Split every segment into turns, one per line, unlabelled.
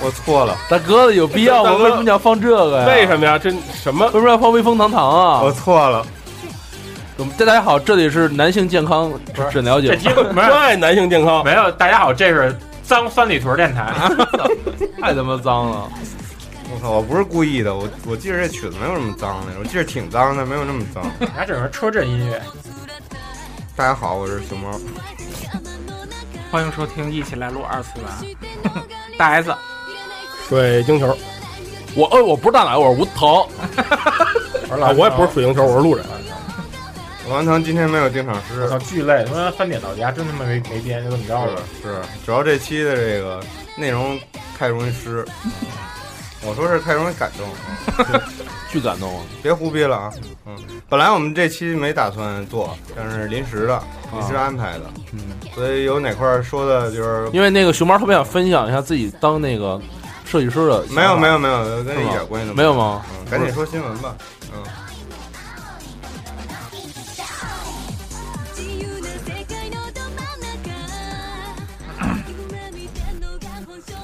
我错了，
大哥的有必要吗？为什么你要放这个呀？
为什么呀？这 什么？
为什么要放威风堂堂啊？
哦
我错了。
大家好，这里是男性健康诊疗节目，
热男性健康。
没有，大家好，这是脏三里屯电台，
太他妈脏了！
我操，我不是故意的，我我记着这曲子没有那么脏的，我记着挺脏的，没有那么脏。
还整是车震音乐。
大家好，我是熊猫，
欢迎收听，一起来录二次元。大 S，
水晶球，
我呃我不是大奶，我是吴腾
啊，我也不是水晶球，我是路人。
王腾今天没有定场诗，
我操，巨累！他妈翻点到家，真他妈没没编，就这么着了。
是，主要这期的这个内容太容易湿，我说是太容易感动，
巨感动，
别胡逼了啊！嗯，本来我们这期没打算做，但是临时
啊
的，临时安排的，嗯，所以有哪块说的就是
因为那个熊猫特别想分享一下自己当那个设计师的，
没有没有没有，跟一点关系都
没有吗？
嗯，赶紧说新闻吧，嗯。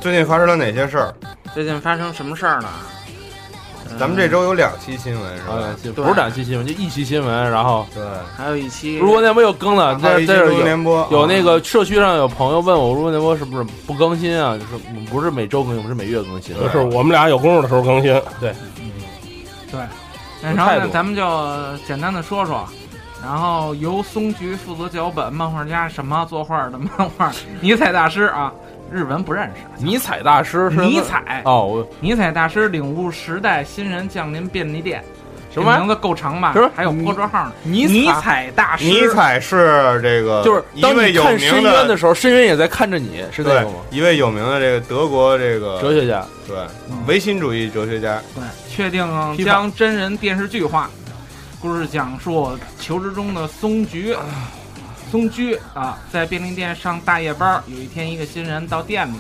最近发生了哪些事儿？
最近发生什么事儿呢？嗯
咱们这周有两期新闻是吧？
两期哎不是两期新闻，就一期新闻，然后
对，
还有一期。
如果那波又更
啊
了，在在啊这
联播
有那个社区上有朋友问我，如果那波是不是不更新啊？就是我们不是每周更新，我们是每月更新。
不是我们俩有功夫的时候更新。
对，
嗯，对。然后呢，咱们就简单的说说。然后由松菊负责脚本，漫画家什么作画的漫画尼采大师啊，日文不认识。啊
尼采大师是
尼采
哦，我
尼采大师领悟时代新人降临便利店，
什么
名字够长吧？还有破折号呢。
尼
采大师，
尼采是这个，
就是当
你
看深渊的时候，深渊也在看着你，是这个吗？
一位有名的这个德国这个
哲学家，
对唯心主义哲学家，
对，确定将真人电视剧化。故事讲述求职中的松菊，松菊啊，在便利店上大夜班。有一天，一个新人到店里，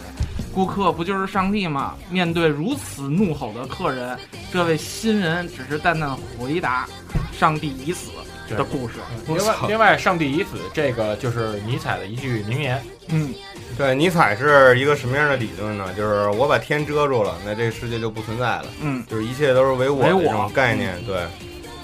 顾客不就是上帝吗？面对如此怒吼的客人，这位新人只是淡淡回答：“上帝已死。”的故事。
另外，另外，上帝已死，这个就是尼采的一句名言。
嗯，
对，尼采是一个什么样的理论呢？就是我把天遮住了，那这个世界就不存在了。
嗯，
就是一切都是
唯
我这种概念。对。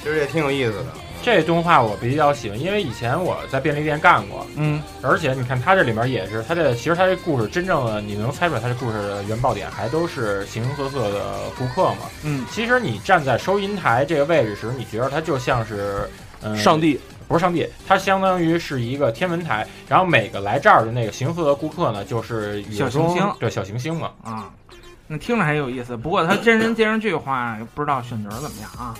其实也挺有意思的，
这动画我比较喜欢，因为以前我在便利店干过，
嗯，
而且你看它这里面也是，它的其实它这故事真正的你能猜出来它这故事的原爆点，还都是形形色色的顾客嘛，
嗯，
其实你站在收银台这个位置时，你觉得它就像是，嗯，
上帝。
不是上帝，它相当于是一个天文台，然后每个来这儿的那个形色的顾客呢，就是
小行星，
对小行星嘛，
啊、嗯，那听着还有意思，不过它真人电视剧化，不知道选角怎么样啊。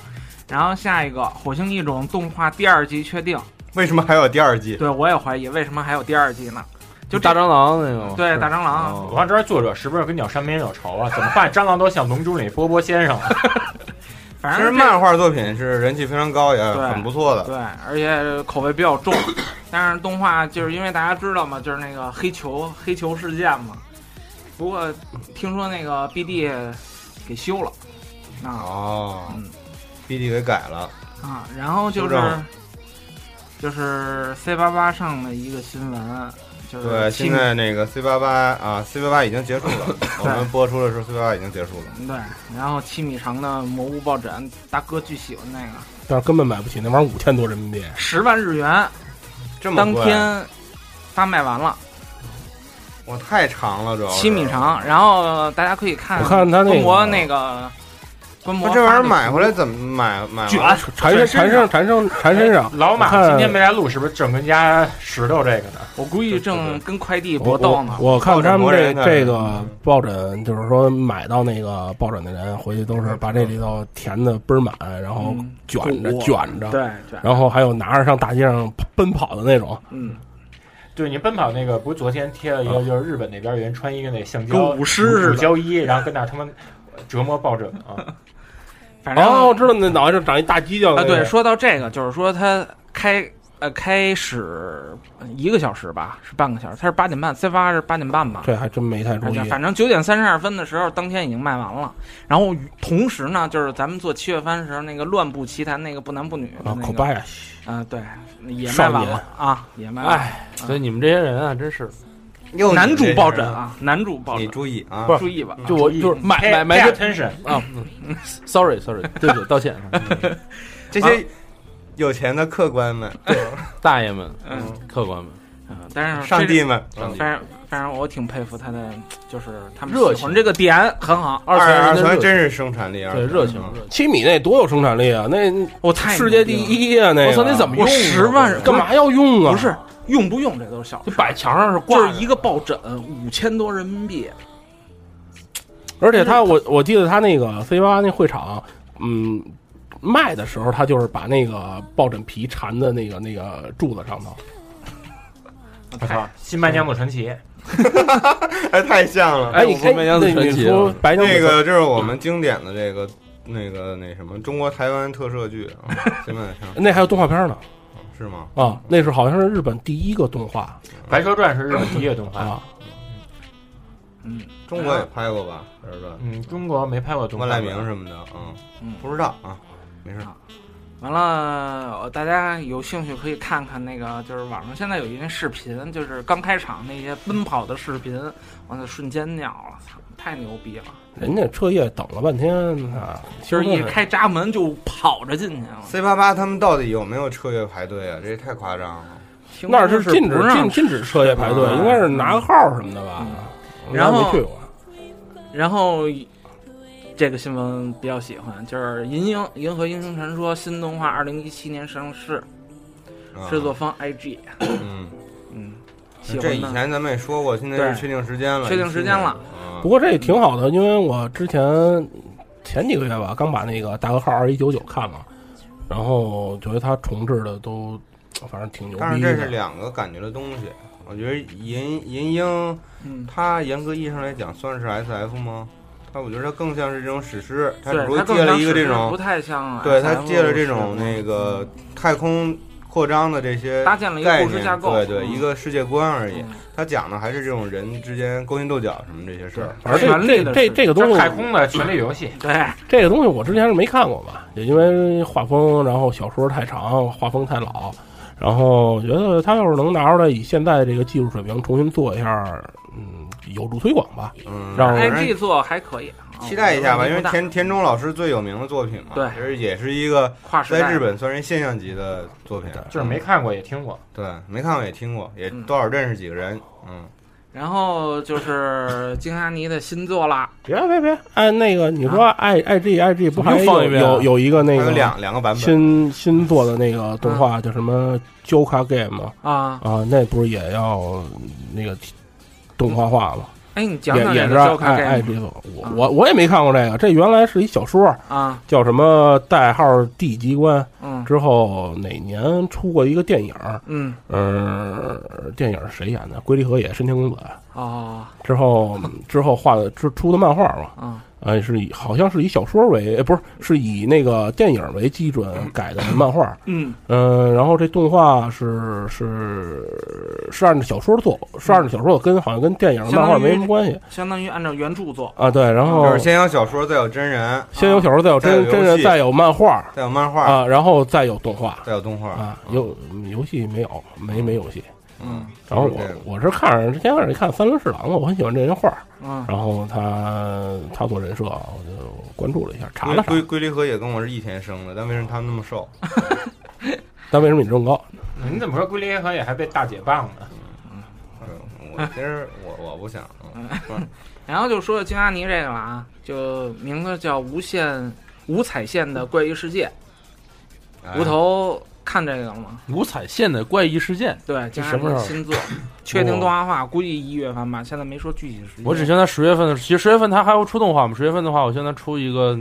然后下一个《火星异种》动画第二季确定，
为什么还有第二季？
对我也怀疑为什么还有第二季呢？就
大蟑螂那个，
对大蟑螂。
哦、我看这作者是不是跟鸟山明有仇啊？怎么办？蟑螂都像《龙珠》里波波先生。
反
正其实漫画作品是人气非常高，也很不错的。
对，而且口味比较重。但是动画就是因为大家知道嘛，就是那个黑球黑球事件嘛。不过听说那个 BD 给修了。啊、
哦。
嗯
B D 给改了
啊，然后就是就是 C 八八上的一个新闻，就是
对，现在那个 C 八八啊，C 八八已经结束了，我们播出的时候 C 八八已经结束了。
对，然后七米长的蘑菇抱枕，大哥巨喜欢那个，
但是根本买不起，那玩意儿五千多人民币，
十万日元，
这么啊
当天发卖完了。
我太长了，主要是啊
七米。长。然后大家可以看
我看他那个
观摩那个观摩
那
发
这
的
玩意儿买回来怎么买？买啊完
啊
了
缠身缠上缠上缠身上，
哎老
啊我
马
看
今天没来录，是不是正跟家石头这个呢？
我估计正跟快递
我
搏斗哎呢
我。我看过他们
抱
这
枕磨人的
这个抱枕，就是说买到那个抱枕的人回去都是把这里头填的倍儿满，然后
嗯
卷着
裹
卷着，
对对，
然后还有拿着上大街上奔跑的那种，
嗯，
对你奔跑那个，不是昨天贴了一个，就是日本那边有人穿一个那橡胶
跟舞狮似的
乳胶衣，然后跟那儿他妈折磨抱枕啊，
反正
哦，我知道那脑袋上长一大犄角
啊，
那
对，
个，
说到这个，就是说他开呃开始呃一个小时吧，是半个小时，他是八点半，C 发是八点半吧。
这还真没太注
而
意
且。反正九点三十二分的时候，当天已经卖完了。然后同时呢，就是咱们做七月番的时候，那个《乱步奇谭》那个不男不女的
啊，
那
可
个，
拜啊！
啊，对，也卖
少
完
年
了啊，也卖完了。
哎，所以你们这些人啊，真是
又
男主抱枕
你
啊，男主抱
这是，你
枕，
注意啊！
不是
注意吧。
就我就是买买买
Pay
这
attention，
啊，sorry sorry，对不起，道歉，
这
啊
些有钱的客官们、
大爷们、
嗯，
客官们，
嗯但是
上帝
这，
们，嗯
上帝
反正反正我挺佩服他的，就是他们
热
喜欢
情
这个点很好。
二次元
二
人的
次元
热
真是生产力，二
对
次元
热情，热情
七米那多有生产力啊！那
我太
世界
牛
第
逼了
一啊！那个
我操，你怎么用
我
啊？
十万人
干嘛要用啊？
不是用不用，这都是小
就
事。
摆墙上是挂
就
着
是一个抱枕，五千多人民币，
而且他，我我记得他那个 C 八那会场，嗯，卖的时候他就是把那个抱枕皮缠在那个那个柱子上头，
我操，新白娘子传奇，
哎，太像了。
哎
你
我说
看
白娘子
那
传
你
奇
说
了
白娘子
那个就是我们经典的这个那个那什么中国台湾特摄剧啊， 现在上
那还有动画片呢
是吗？
啊，那是好像是日本第一个动画
《白蛇传》是日本第一个动画，
啊，
嗯，
中国也拍过吧？是吧？
嗯，中国没拍过动画
万
版。
籁鸣什么的，嗯，
嗯
不知道啊，没事。
完了，呃大家有兴趣可以看看那个，就是网上现在有一些视频，就是刚开场那些奔跑的视频，完了瞬间尿了，操，太牛逼了！
人家彻夜等了半天啊，其
就是
实
一开闸门就跑着进去了，
C 八八他们到底有没有彻夜排队啊？这也太夸张了。
听
那
说
是禁止
不让嗯
禁禁止彻夜排队，
啊
应该是拿个号什么的吧。
然后
我没去过，
然后这个新闻比较喜欢，就是《银鹰银河英雄传说》新动画，二零一七年上市，
啊
制作方 IG，
嗯，
嗯，喜
这
欢
以
呢。
前咱们也说过，现在
对
是确定时间了，
确定时间了
嗯。
不过这也挺好的，因为我之前前几个月吧，刚把那个《大和号二一九九》看了，然后觉得它重置的都反正挺牛
但
逼
是这是
的。
两个感觉的东西。我觉得银银鹰，
嗯，
它严格意义上来讲算是 S F 吗？它我觉得它更像是这种史诗，它只
对，
不过
它更
借了
像
一个这
史诗不
种，
太像了，
对，它
SF
借了这种
是
那个太空扩张的这些
搭建了一
概
个故事
念
架，构，
对对，
嗯
一个世界观而已
嗯。
它讲的还是这种人之间勾心斗角什么这些事儿。
反正
权
这
力
这
的
这
事
这个东
这
西
是，太空的权力游戏，
嗯 对，
这个东西我之前是没看过嘛，也因为画风，然后小说太长，画风太老，然后觉得他要是能拿出来，以现在这个技术水平重新做一下，嗯，有助推广吧。
嗯，
让
反正
IG 做还可以，啊
期待一下吧，因为
我觉得问
田
题
田中老师最有名的作品嘛，
对
其实也是一个
不大跨时代
在日本算是现象级的作品，
就是没看过也听过。
对，没看过也听过，也
嗯
多少认识几个人，嗯，
然后就是 金阿尼的新作了，
别别别，哎，那个你说 i i g i g 不还
又放
有
一遍啊
有有一个那
还
个
有两两个版本，
新新做的那个动
嗯
画叫什么《Joka Game》嘛
啊，
啊，那不是也要那个动画化吗？
哎，你讲
也
讲这
也是
个
爱
Joker
爱爱
Game 嗯
这个，我我我也没看过这个，这原来是一小说，
啊，
叫什么代号 D 机关，
嗯
之后哪年出过一个电影儿，
嗯
嗯、电影是谁演的？龟梨和也，深田恭子。
哦
啊之后 之后画的出出的漫画嘛，
嗯
呃，是以好像是以小说为，呃不是是以那个电影为基准改的漫画，
嗯
嗯，然后这动画是是是按照小说做，是按照小说跟好像跟电影、
相当
漫
于
画没什么关系
相当于按照原著做，
啊。对，然
就
后
是先有小说，再有真人，
先有小说，再有
再有游戏
真真人，再有漫画
再有漫画，
啊，然后再有动画
再有动画
啊。游游戏没有，没没游戏。
嗯，
然后
就
我
是这个
我是看着之前开始看三轮侍郎嘛，我很喜欢这人画儿，
嗯
然后他他做人设，啊我就关注了一下，查
因为
了查
龟。龟梨和也跟我是一天生的，但为什么他们那么瘦？
但为什么你这么高？
你怎么说龟梨和也还被大解放呢？
嗯我 其实我我不想，嗯
然后就说金阿尼这个了啊，就名字叫《无限五彩线的怪异世界》。
哎
无，头看这个了吗？
五彩线的怪异事件，
对，金阿
什
尼
么时候
新作，确定动画化，估计一月份吧，现在没说具体时
嗯
间。
我只听他十月份的，其实十月份他还会出动画嘛？十月份的话，我现在出一个，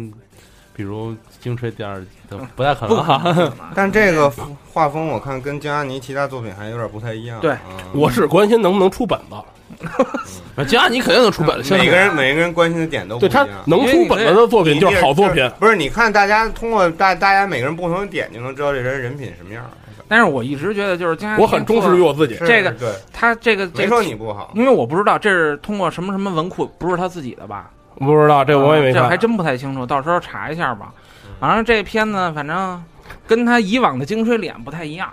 比如《精吹》第二，不太可能啊哈。
哎但这个画风我看跟江阿尼其他作品还有点不太一样。
对
嗯
我是关心能不能出本子，
加啊你肯定能出本了，
嗯
现在
每个人每个人关心的点都不
对
一
他
样。
能出本子的作品就是好作
你
品
这。不是？你看大家通过大大家每个人不同的点，就能知道这人人品什么样。
但是我一直觉得就是金阿尼，
我很忠实于我自己，
是
这个
对，
他这个
没
这
说
个，
你不好。
因为我不知道这是通过什么什么文库，不是他自己的吧？啊
不知道这我也没
这还
看。
真不太清楚，到时候查一下吧。
嗯
反正这片子，反正跟他以往的精吹脸不太一样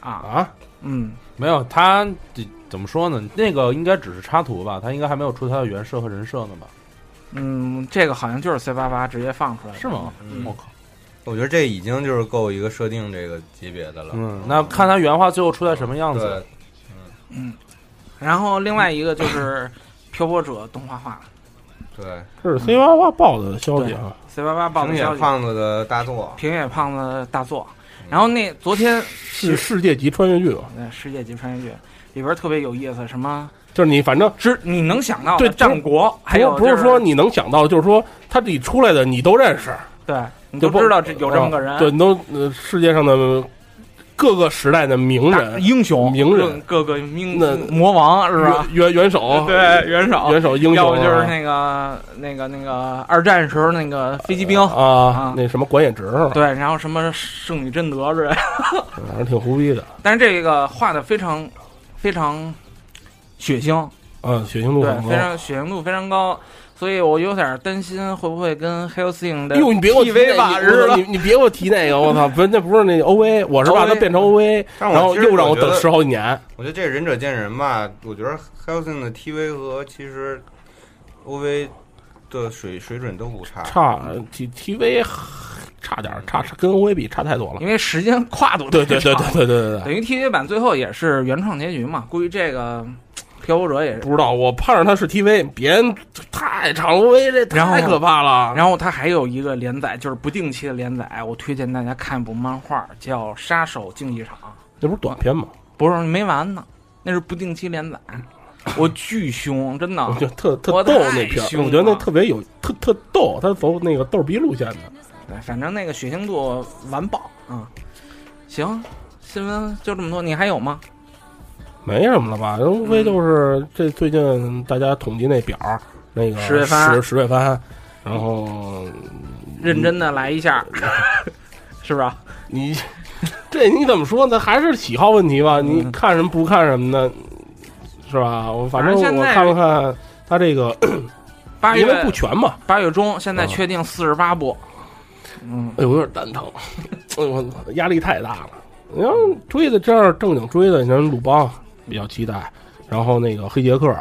啊，
啊，
嗯，
没有他这怎么说呢？那个应该只是插图吧，他应该还没有出他的原设和人设呢吧？
嗯，这个好像就是 C 八八直接放出来的，
是吗？
嗯
我靠，
我觉得这已经就是够一个设定这个级别的了。
嗯，那看他原画最后出来什么样子
对。
然后另外一个就是《漂泊者》动画化
对，
这是 C 八八报的消息啊，
，C 八八报
平
的
野
消息，
胖子的大作，嗯
平野胖子大作。然后那昨天
是世界级穿越剧啊嘛？
呃世界级穿越剧里边特别有意思，什么
就是你反正
之你能想到的
对
战国，还有
不是不
就是
说你能想到的，就是说他自己出来的你都认识，
对，你
就
都
不
知道这有这么个人，
啊对，你都呃世界上的各个时代的名
大
人、
英雄
名人
各个英
那
魔王是吧？
元元元首、
对，元首，
元首英雄啊，
要不就是那个那个那个二战时候那个飞机兵，
啊
啊，
那什么管野直是吧？
对，然后什么圣女贞德之类的。
反正挺胡逼的。
但是这个画的非常非常血腥，
嗯，血腥度
对
很，
非
高。
常血腥度非常高，所以我有点担心会不会跟 Hellsing 的
哎哟，你别给我提
TV 吧
那
是
个，
吧
你？你你别给我提那个，我操，不是那不是那 OVA，我是怕
OVA
它变成 OVA，
但
然后
其实
又让我
觉
等
得
十好几年。
我觉得这仁者见仁吧。我觉得 Helsing 的 TV 和其实 OV 的水水准都不差。
差 T TV 差点儿，差差跟 OVA 比差太多了
嗯因。为时间跨度
对对
太
对
长
对对对对对。
啊等于 TV 版最后也是原创结局嘛，估计这个漂泊者也是。
不知道，我盼着它是 TV，别人太长了，OVA 这
然后
太可怕了。
然后它还有一个连载，就是不定期的连载，我推荐大家看一部漫画，叫《杀手竞技场》。
这不是短片吗？
不是没完呢，那是不定期连载，我巨凶，真的
我。觉得特特
啊我
逗
太
那片儿，
凶
我觉得那
了
特别有特特逗，他走那个逗逼路线的。
对，反正那个血腥度完爆啊、嗯行，新闻就这么多，你还有吗？
没什么了
嗯
吧？无非就是这最近大家统计那表儿，那个
十月番
十十月番，然后
认真的来一下，
嗯
是吧？
你 这你怎么说呢？还是喜好问题吧？你
嗯
看什么不看什么的，是吧？我反正
反正现
我
在
看了看他 这个，
八
因为
月
不全嘛，
八月中，现在
嗯
确定四十八部。嗯，
哎呦，有点蛋疼，哎呦我压力太大了。你要追的这样正经追的，你像鲁邦比较期待，然后那个黑杰克，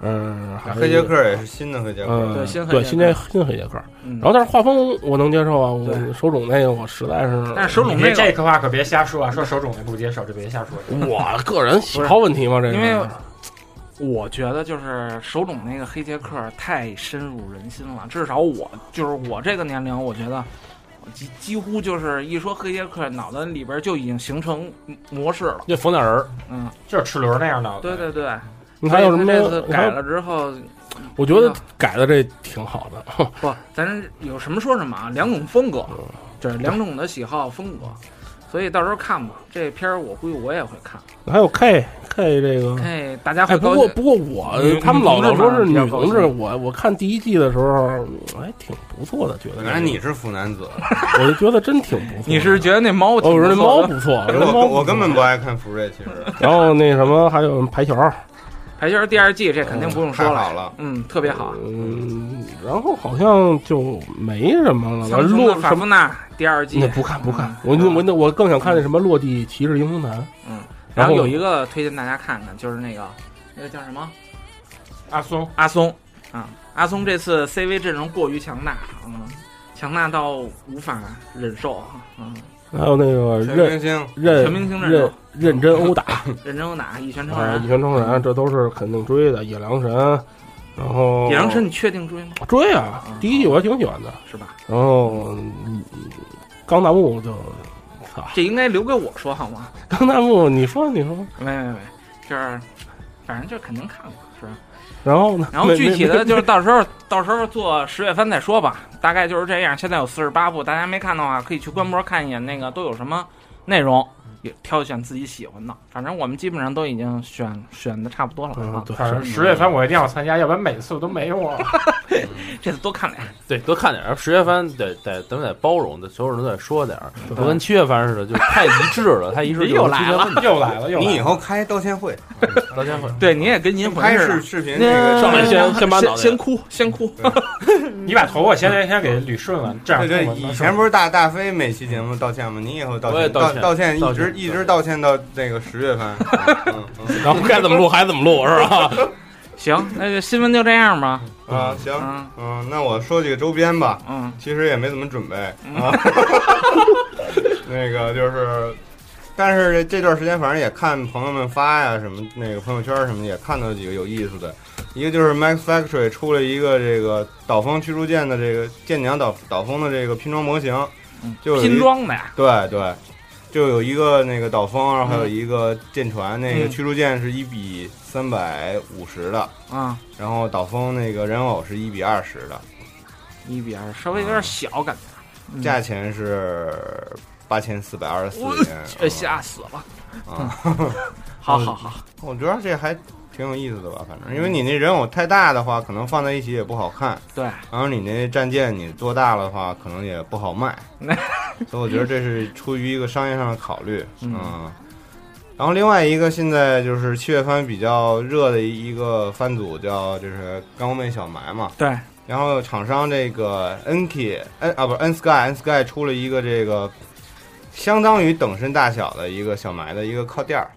嗯，还
黑杰克也是新的黑杰
嗯，
克，
对新黑
对
杰
新
克
黑新黑杰克，
嗯
然后但是画风我能接受啊，我
对
手冢那个我实在是，
但是手冢
你
那
这
个，
个话可别瞎说啊！说手冢那不接受，这别瞎说。
我个人喜好问题嘛，这个
因为我觉得就是手冢那个黑杰克太深入人心了，至少我就是我这个年龄，我觉得我几几乎就是一说黑杰克，脑袋里边就已经形成模式了。
就缝点人儿，
嗯，
就是齿轮那样的，
对对对，
你还有什么
所以他这次？
你还
改
有
了之后，
我觉
嗯
得改的这挺好的，
不，咱有什么说什么啊，两种风格，就是两种的喜好风格，所以到时候看吧。这片儿我估计我也会看，
还有 K K 这个。
哎，大家
哎，
会
不
高
过
兴。
不过我
女
他们老
女同志
老说
嘛
是
比较
女同
高
志，
兴
我我看第一季的时候还挺不错的，觉得
原来你是腐男子，
我就觉得真挺不错的。
你是觉得那猫挺
哦，
不
我说那
错
猫
的
不错，我说那猫
我
不
我根本
错
不爱看福瑞，其实
然后那什么还有排球，
排球第二季这肯定不用说
太
了，
好了。
嗯，特别好。
嗯，然后好像就没什么了吧？
苍穹
落
的法
什
夫
么？
纳第二季
那，不看不看
嗯，
我我那我更想看那什么《落地骑士英雄坛》。
嗯，然
然后
后有一个推荐大家看看，就是那个那个叫什么
阿松
阿松啊，阿松这次 CV 阵容过于强大，嗯，强大到无法忍受，嗯，
还有那个
全
认
明星，
全
认
明星阵
认
容，
认真殴打，
认真殴打一拳超
啊，
人
一。拳超人，这都是肯定追的。野良神，然后
啊野狼神，你确定追吗？
追啊，第一季我还挺喜欢的。
是吧？
然后嗯钢弹木就，操，
这应该留给我说好吗？
钢弹木，你说你说，
没没没，就是反正就肯定看过，是吧？
然后呢？
然后
没
具体
没
的就是到时候到时候做十月份再说吧，大概就是这样。现在有四十八部，大家没看的话可以去官博看一眼，那个都有什么内容，也挑选自己喜欢的。反正我们基本上都已经选选的差不多了
嗯
啊，，
对，
反正十月份我一定要参加，要不然每次我都没我。
这次多看俩。
对，多看点儿。十月番得得咱们得包容，得所有人都得说点儿，不跟七月番似的，就太一致了，太一致就
又来了，
又来了，又来了
你以后开道歉会，
道歉会。
对，你也跟银魂
开
似
视
的，
视频那个
上来先先把脑
先啊
袋
先哭先哭，
你把头发先先给捋顺了，这样
对对，
我
以前不是大大飞每期节目道歉吗？你以后道
我也
歉，
道
道
歉
歉，一
道
直
歉
一直道歉到那个十月 份。嗯嗯
然后该怎么录还怎么录是吧？
行，那就新闻就这样吧。
嗯啊，行，
嗯
嗯，那我说几个周边吧，
嗯，
其实也没怎么准备啊。 那个就是，但是这段时间反正也看朋友们发呀，什么那个朋友圈什么的，也看到几个有意思的。一个就是 Max Factory 出了一个这个导风驱逐舰的这个舰娘导导风的这个拼装模型，就有一
嗯拼装的呀，
对对，就有一个那个导风，然后还有一个舰船，那
嗯
个驱逐舰是一比三百五十的，
啊，
然后导风那个人偶是一比二十的，
一比二，稍微有点小感觉。嗯
价钱是八千四百二十四
我
元。
这哎吓死了！
啊，
好好好，
我觉得这还挺有意思的吧，反正因为你那人偶太大的话，可能放在一起也不好看，
对，
然后你那战舰你做大了的话，可能也不好卖， 所以我觉得这是出于一个商业上的考虑，
嗯
嗯然后另外一个现在就是七月番比较热的一个番组叫就是钢妹小埋嘛，
对，
然后厂商这个 NK N 啊不是 N Sky N Sky 出了一个这个相当于等身大小的一个小埋的一个靠垫儿，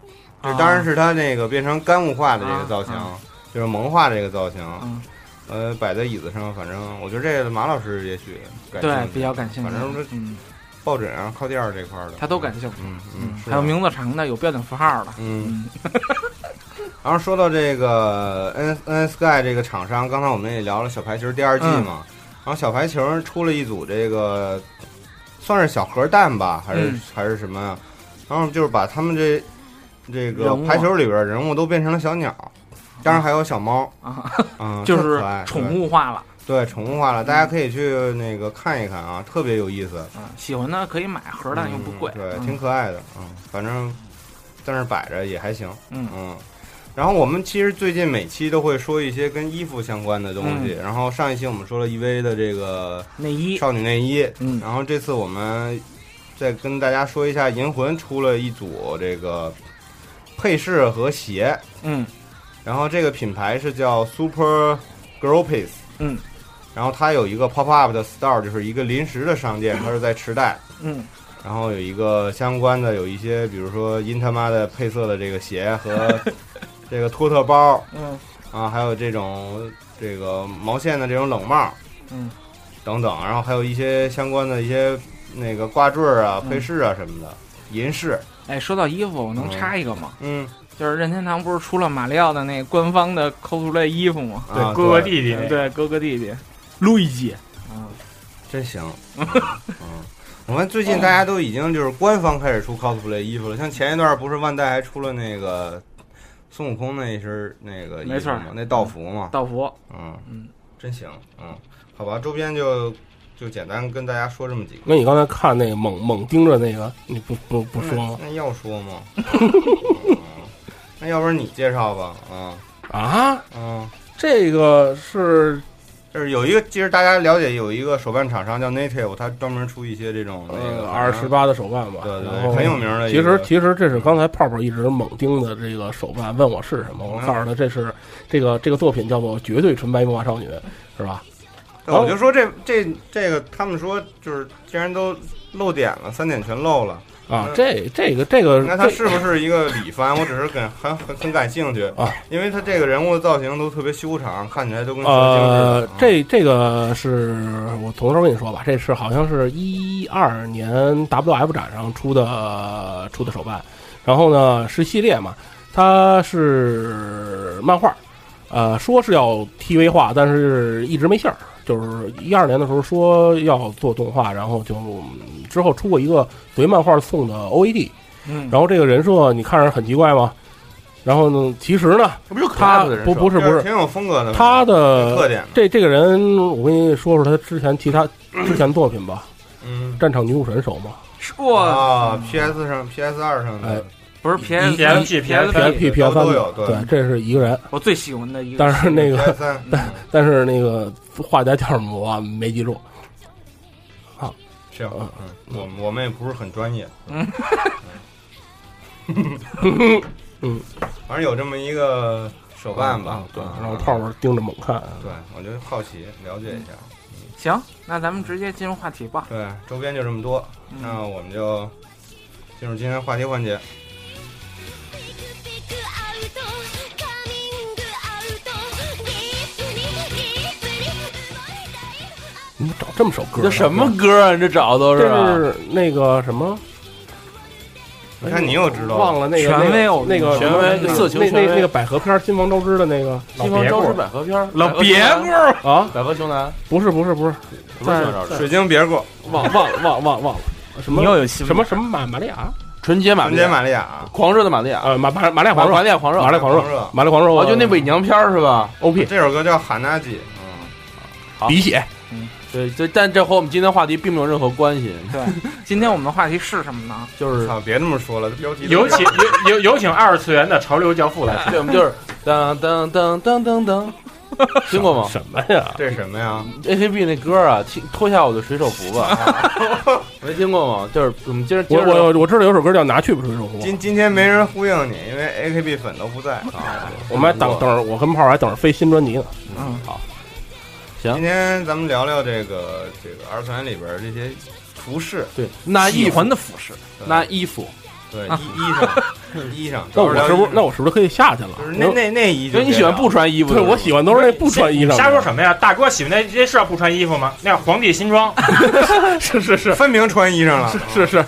这
啊
当然是它那个变成干物化的这个造型，
啊
就是萌化这个造型，
嗯
呃摆在椅子上，反正我觉得这个马老师也许感兴
对，
趣
比较感兴趣。
反正这
嗯，
抱枕啊靠垫儿这块儿的
他都感，兴趣。
嗯
嗯
嗯，，是
还有
的
名字长的，有标点符号的。
嗯。
嗯
然后说到这个 N N Sky 这个厂商，刚才我们也聊了小排球第二季
嗯
嘛，然后小排球出了一组这个算是小核弹吧，还是、
嗯
还是什么呀？然后就是把他们这这个
人物啊
排球里边的人物都变成了小鸟，当然还有小猫，
啊，
嗯，
就
特
是
可爱
宠，物嗯化了。
对对宠物化了，大家可以去那个看一看啊，特别有意思，
嗯，喜欢的可以买，盒蛋又不贵。
嗯对，
嗯
挺可爱的，嗯，反正在那儿摆着也还行。
嗯
嗯，然后我们其实最近每期都会说一些跟衣服相关的东西。
嗯
然后上一期我们说了 EV 的这个
内衣。
少女内衣，
嗯
然后这次我们再跟大家说一下，银魂出了一组这个配饰和鞋，
嗯
然后这个品牌是叫 Super Girl Piece。
嗯。
然后它有一个 pop up 的 store，就是一个临时的商店，它是在池袋，
嗯
然后有一个相关的，有一些比如说阴他妈的配色的这个鞋 和这个托特包
嗯
啊，还有这种这个毛线的这种冷帽，
嗯，
等等，然后还有一些相关的一些那个挂坠儿啊、
嗯
配饰啊什么的，银饰，
哎，说到衣服，我能
嗯
插一个吗？
嗯，
就是任天堂不是出了马里奥的那官方的 cosplay 衣服吗？
啊
哥哥弟弟那个，
对，哥哥弟弟，路易吉。嗯，
真 行，嗯，嗯我们最近大家都已经就是官方开始出 cosplay 衣服了，像前一段不是万代还出了那个孙悟空那一身那个衣
没
服
错
吗？那道服嘛，
道服。
嗯
嗯，
真行，嗯，好吧，周边就就简单跟大家说这么几个。
那你刚才看那个猛猛盯着那个，你不不不说吗？
那那要说 吗？嗯那要不然你介绍吧，嗯
啊，
嗯，
这个是
就是有一个，其实大家了解有一个手办厂商叫 Native，它专门出一些这种那
呃
个
二十，八的手办吧，
对对
然后
对，很有名的一
其
个。
实其实这是刚才泡泡一直猛盯的这个手办，问我是什
嗯
么，我告诉他这是这个这个作品叫做《绝对纯白魔法少女》，是吧？
对我就说这这这个，他们说就是既然都露点了，三点全露了，
啊
嗯，
这这个这个
那他
这
是不是一个李帆？我只是很很很很感兴趣
啊，
因为他这个人物造型都特别修长，看起来都跟蛇精似的
呃
啊。，
这这个是我从头跟你说吧，这是好像是一二年 WF 展上出的出的手办，然后呢是系列嘛，它是漫画，呃，说是要 TV 化，但是一直没信儿。就是一二年的时候说要做动画，然后就嗯之后出过一个随漫画送的 OAD，
嗯，
然后这个人设你看着很奇怪吗？然后呢，其实呢，
这不就可
他
爱的人
不
设？
不是不是，
挺有风格的嘛，
他
有特
的
点嘛，
这这个人，我跟你说说他之前其他之前作品吧，
嗯。
《战场女武神》手嘛
哇，
啊，PS 上、PS 二上
哎
的
不是 PS
PSP
PSP，
，PSP、PS
都
三
有对嗯
对，这是一个人。
我最喜欢的一个，
但是那个，
PS 三，
但是那个画家叫什么我没记住。
是
啊
嗯，我我们也不是很专业，
嗯，
反正有这么一个手办吧，
对，
啊
然后泡泡盯着猛看。
对，我就好奇了解一下。
行，那咱们直接进入话题吧。
对，周边就这么多，那
嗯，
我们就进入今天话题环节。
你怎么找这么首歌？
这什么？歌啊？你这找的都是啊？
这是那个什么？哎
你看你又知道了
忘了那个
权威
那个
我跟
那
你
个
说
哦权威色
什么那
情
那
权
那
威啊
那个百合片《新房招之》的那个
西方招式百合片儿，
老别
过
过，
啊？
百合熊男，
不是不是不是，
什么西方招式？
水晶别过，
忘忘忘忘忘了什么
你又有新
什么什么玛玛利亚
纯洁玛
纯
丽
洁
亚，
玛利亚，
狂热的玛丽亚，
呃玛玛玛利亚
玛
狂
玛
热
丽亚狂热
玛，丽亚狂热
狂热
玛丽狂热
哦，就那伪娘片儿是吧？
OP
这首歌叫《哈娜吉》，嗯，
鼻血
对，这但这和我们今天话题并没有任何关系，
今天我们的话题是什么呢？
就是
操，别这么说了，这标题都
有请有有有请二次元的潮流教父来听。
对，我们就是当当当当当当， 听过吗
什么呀？
这是什么呀？
？A K B 那歌啊，听脱下我的水手服吧，啊 没听过吗？就是我们接着接
我
着
我我知道有首歌叫《拿去吧水手服》，
今今天没人呼应你，因为 AKB 粉都不在啊。
我们还等等着，我跟炮儿还等着飞新专辑呢。
嗯，
今天咱们聊聊这个这个二次元里边这些服饰，
对那衣
喜
服
欢的服饰，
那衣服，
对衣衣裳衣裳。
那我是不是那
我
我是不是可以下去了
就是？那那那衣就
因为你喜欢不穿衣服的
对
人吗，
我喜欢都是那不穿衣裳的，
瞎说什么呀？大哥喜欢那这是要不穿衣服吗？那皇帝新装，
是是是
分明穿衣裳了，
是是，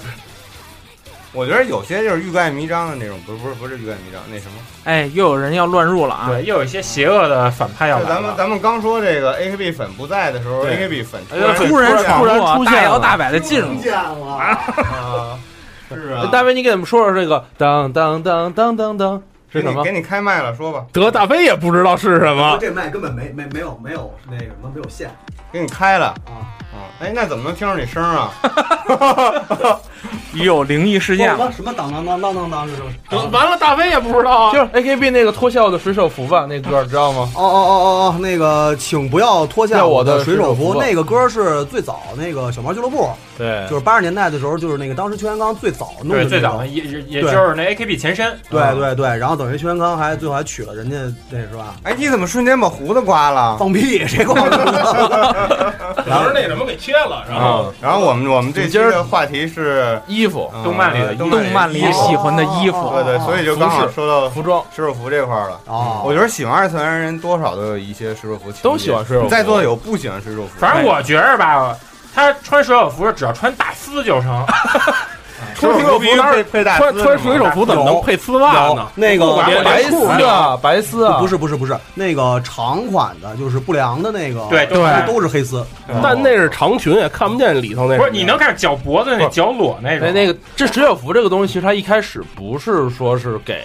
我觉得有些就是欲盖弥彰的那种，不是不是不是欲盖弥彰，那什么？
哎，又有人要乱入了啊！
对，又有一些邪恶的反派要
就
来
咱们
了。
咱们刚说这个 AKB 粉不在的时候
对
，AKB 粉突
哎
然
突然
突然出现了
大摇大摆的进入，
啊，是啊，
哎呃大卫，你给我们说说这个当当当当当当
给
是什
你
么
给？你开麦了，说吧，
德大飞也不知道是什么。
这麦根本没没没有没有那个什么没有线
给你开了。
啊！
啊，哎，那怎么能听着你声儿啊？
有灵异事件
什
了。
么哦什么当当当当当当是什么？
嗯
得完了，大飞也不知道啊
就是 A K B 那个脱下我的水手服吧，那歌知道吗？
哦哦哦哦哦，那个请不要脱
要
下
我的
水
水
手
手服
那个歌是最早那个小猫俱乐部，
对
就是八十年代的时候，就是那个当时邱元刚最早弄的那
对，
个
最早的嗯也也也
对
就是那 AKB 前身。
对对对，然后等于邱元刚还最后还娶了人家那是吧？
哎，你怎么瞬间把胡子刮了？
放屁，谁管我？然后
那什么给切
啊
了，然后
然后我们我们这期的话题是
衣服、
呃
动漫里的衣服
动漫里喜欢的衣服，
对对，所以就刚好说到
服装，
水手服这块儿了。嗯
哦，
我觉得喜欢二次元的人多少都有一些水手服情节，
都喜欢水手服
在座的有不喜欢水手服的，
反正我觉着吧，他穿水手服只要穿大丝就成。
穿水手服当然佩戴
穿穿水手服怎么能配丝袜
有
呢？
那个
连
白丝啊，白丝啊，
不是不是不是那个长款的，就是不良的那个，
对对
都是黑丝。
但那是长裙，也看不见里头那什么
啊
呀。
不是，你能看脚脖子那脚裸那
那
种。
那个这水手服这个东西，其实它一开始不是说是给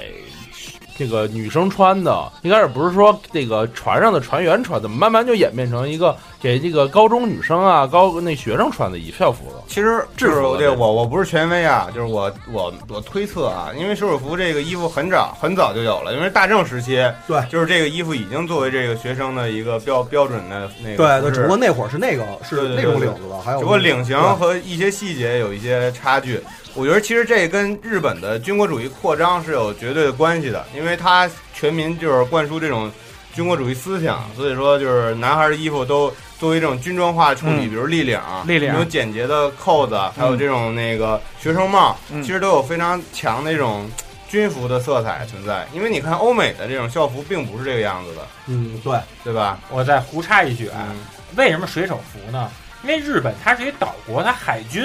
这个女生穿的，一开始不是说这个船上的船员穿的，慢慢就演变成一个给这个高中女生啊、高那学生穿的一票服了。
其实
制
就
服
是
对
对我我不是权威啊，就是我我我推测啊，因为水手服这个衣服很早很早就有了，因为大正时期
对
就是这个衣服已经作为这个学生的一个标标准的那
对
个服
对，只不
饰
过那会儿是那个是
对对
那
对
种
对
领子了，还有
只不过
那个
领型和一些细节有一些差距。我觉得其实这跟日本的军国主义扩张是有绝对的关系的，因为它全民就是灌输这种军国主义思想，所以说就是男孩的衣服都作为这种军装化处理，
嗯
比如立领、
立领
那种简洁的扣子，还有这种那个学生帽，
嗯
其实都有非常强的这种军服的色彩存在。因为你看欧美的这种校服并不是这个样子的，
嗯，对，
对吧？
我再胡插一句啊，
嗯
为什么水手服呢？因为日本它是一岛国，它海军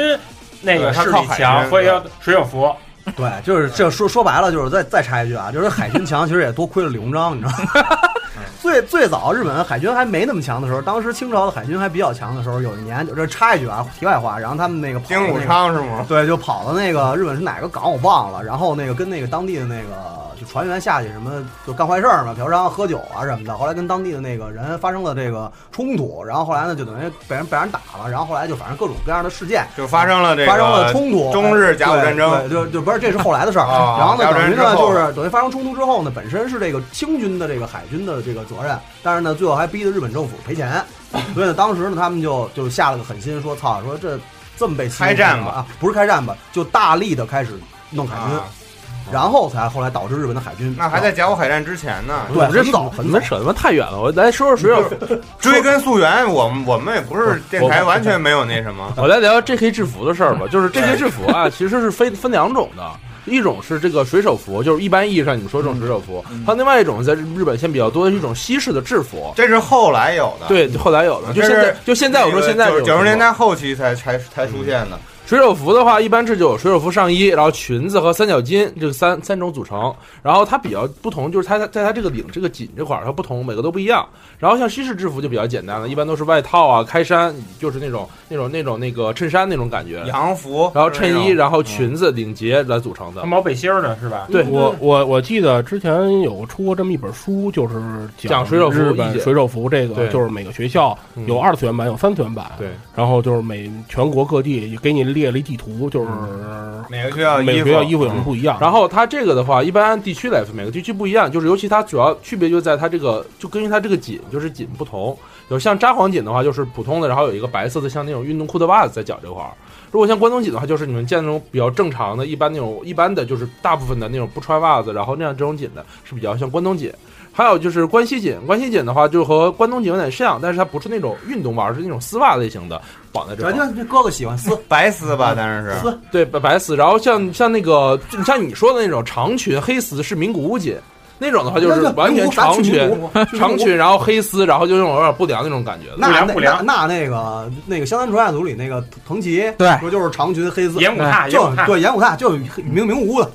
那
对
个
它
势
靠
力
海
强，
军
所以
对
要水手服。
对，就是这说说白了，就是再再插一句啊，就是海军强，其实也多亏了李鸿章，你知道吗？ 最最早日本海军还没那么强的时候，当时清朝的海军还比较强的时候，有一年就这插一句啊，题外话，然后他们那个跑到
丁武
那个
昌是吗？
对，就跑到那个日本是哪个港我忘了，然后那个跟那个当地的那个就船员下去什么就干坏事儿嘛，嫖娼、喝酒啊什么的。后来跟当地的那个人发生了这个冲突，然后后来呢就等于被人被人打了，然后后来就反正各种各样的事件。
就发生了这个
发生了冲突，
中日甲午战争，
对，对就就不是这是后来的事儿。
啊
然后呢，
甲午战
等于
争
呢
之后
就是等于发生冲突之后呢，本身是这个清军的这个海军的这个责任，但是呢最后还逼得日本政府赔钱，所以呢当时呢他们就就下了个狠心，说操，说这这么被欺负
开战吧
啊，不是开战吧，就大力的开始弄海军
啊，
然后才后来导致日本的海军啊
那还在甲午海战之前呢。
对
这
很早很
你
早
们。扯他妈太远了，我来说说水手 服。
追根溯源，我们我们也不是电台，
我
完全没有那什么。
我来聊 J.K. 制服的事儿吧，就是 J.K. 制服啊，其实是分分两种的，一种是这个水手服，就是一般意义上你们说
嗯
这种水手服，还有另外一种在日本现在比较多的是一种西式的制服。
这是后来有的，
对，后来有了，就
啊这
现
是
在，就现在我说现在这种
九十年
情
代后期才才才出现的。
况水手服的话，一般是就有水手服上衣，然后裙子和三角巾这个三三种组成。然后它比较不同，就是它在在它这个领这个紧这块儿它不同，每个都不一样。然后像西式制服就比较简单了，一般都是外套啊、开衫，就是那种那种那种那个衬衫那种感觉，
洋服，
嗯然后衬衣，
是那种啊
然后裙子、领结来组成的
它。毛背心儿呢，是吧？
对
我我我记得之前有出过这么一本书，就是
讲水手服
日
意
本
见
水手服这个，
对
就是每个学校
嗯
有二次元版，有三次元版，
对，
然后就是每全国各地也给你列了一地图，就是
哪个学校
每
衣
个
服嗯
学校嗯衣服有嗯什么不一样，
然后它这个的话，一般按地区来分，每个地区不一样，就是尤其它主要区别就在它这个，就根据它这个紧，就是紧不同。有像札幌紧的话，就是普通的，然后有一个白色的，像那种运动裤的袜子在脚这块儿。如果像关东紧的话，就是你们见那种比较正常的，一般那种一般的，就是大部分的那种不穿袜子，然后那样这种紧的是比较像关东紧。还有就是关西紧，关西紧的话就和关东紧有点像，但是它不是那种运动袜，而是那种丝袜类型的绑在这
这
块儿。
这这哥哥喜欢撕
白丝吧，当然是
丝
对，白白丝，然后像像那个就像你说的那种长裙黑丝是名古屋锦， 那种的话就是完全长 裙，长裙，然后黑丝，然后就那种有点不良那种感觉的。
那
不良
那
不良
那那那个那个《湘南传爱组》里那个藤崎，
对
不就是长裙
嗯
黑丝，
演武踏，演
就
武踏，
对演武大，就明明无的，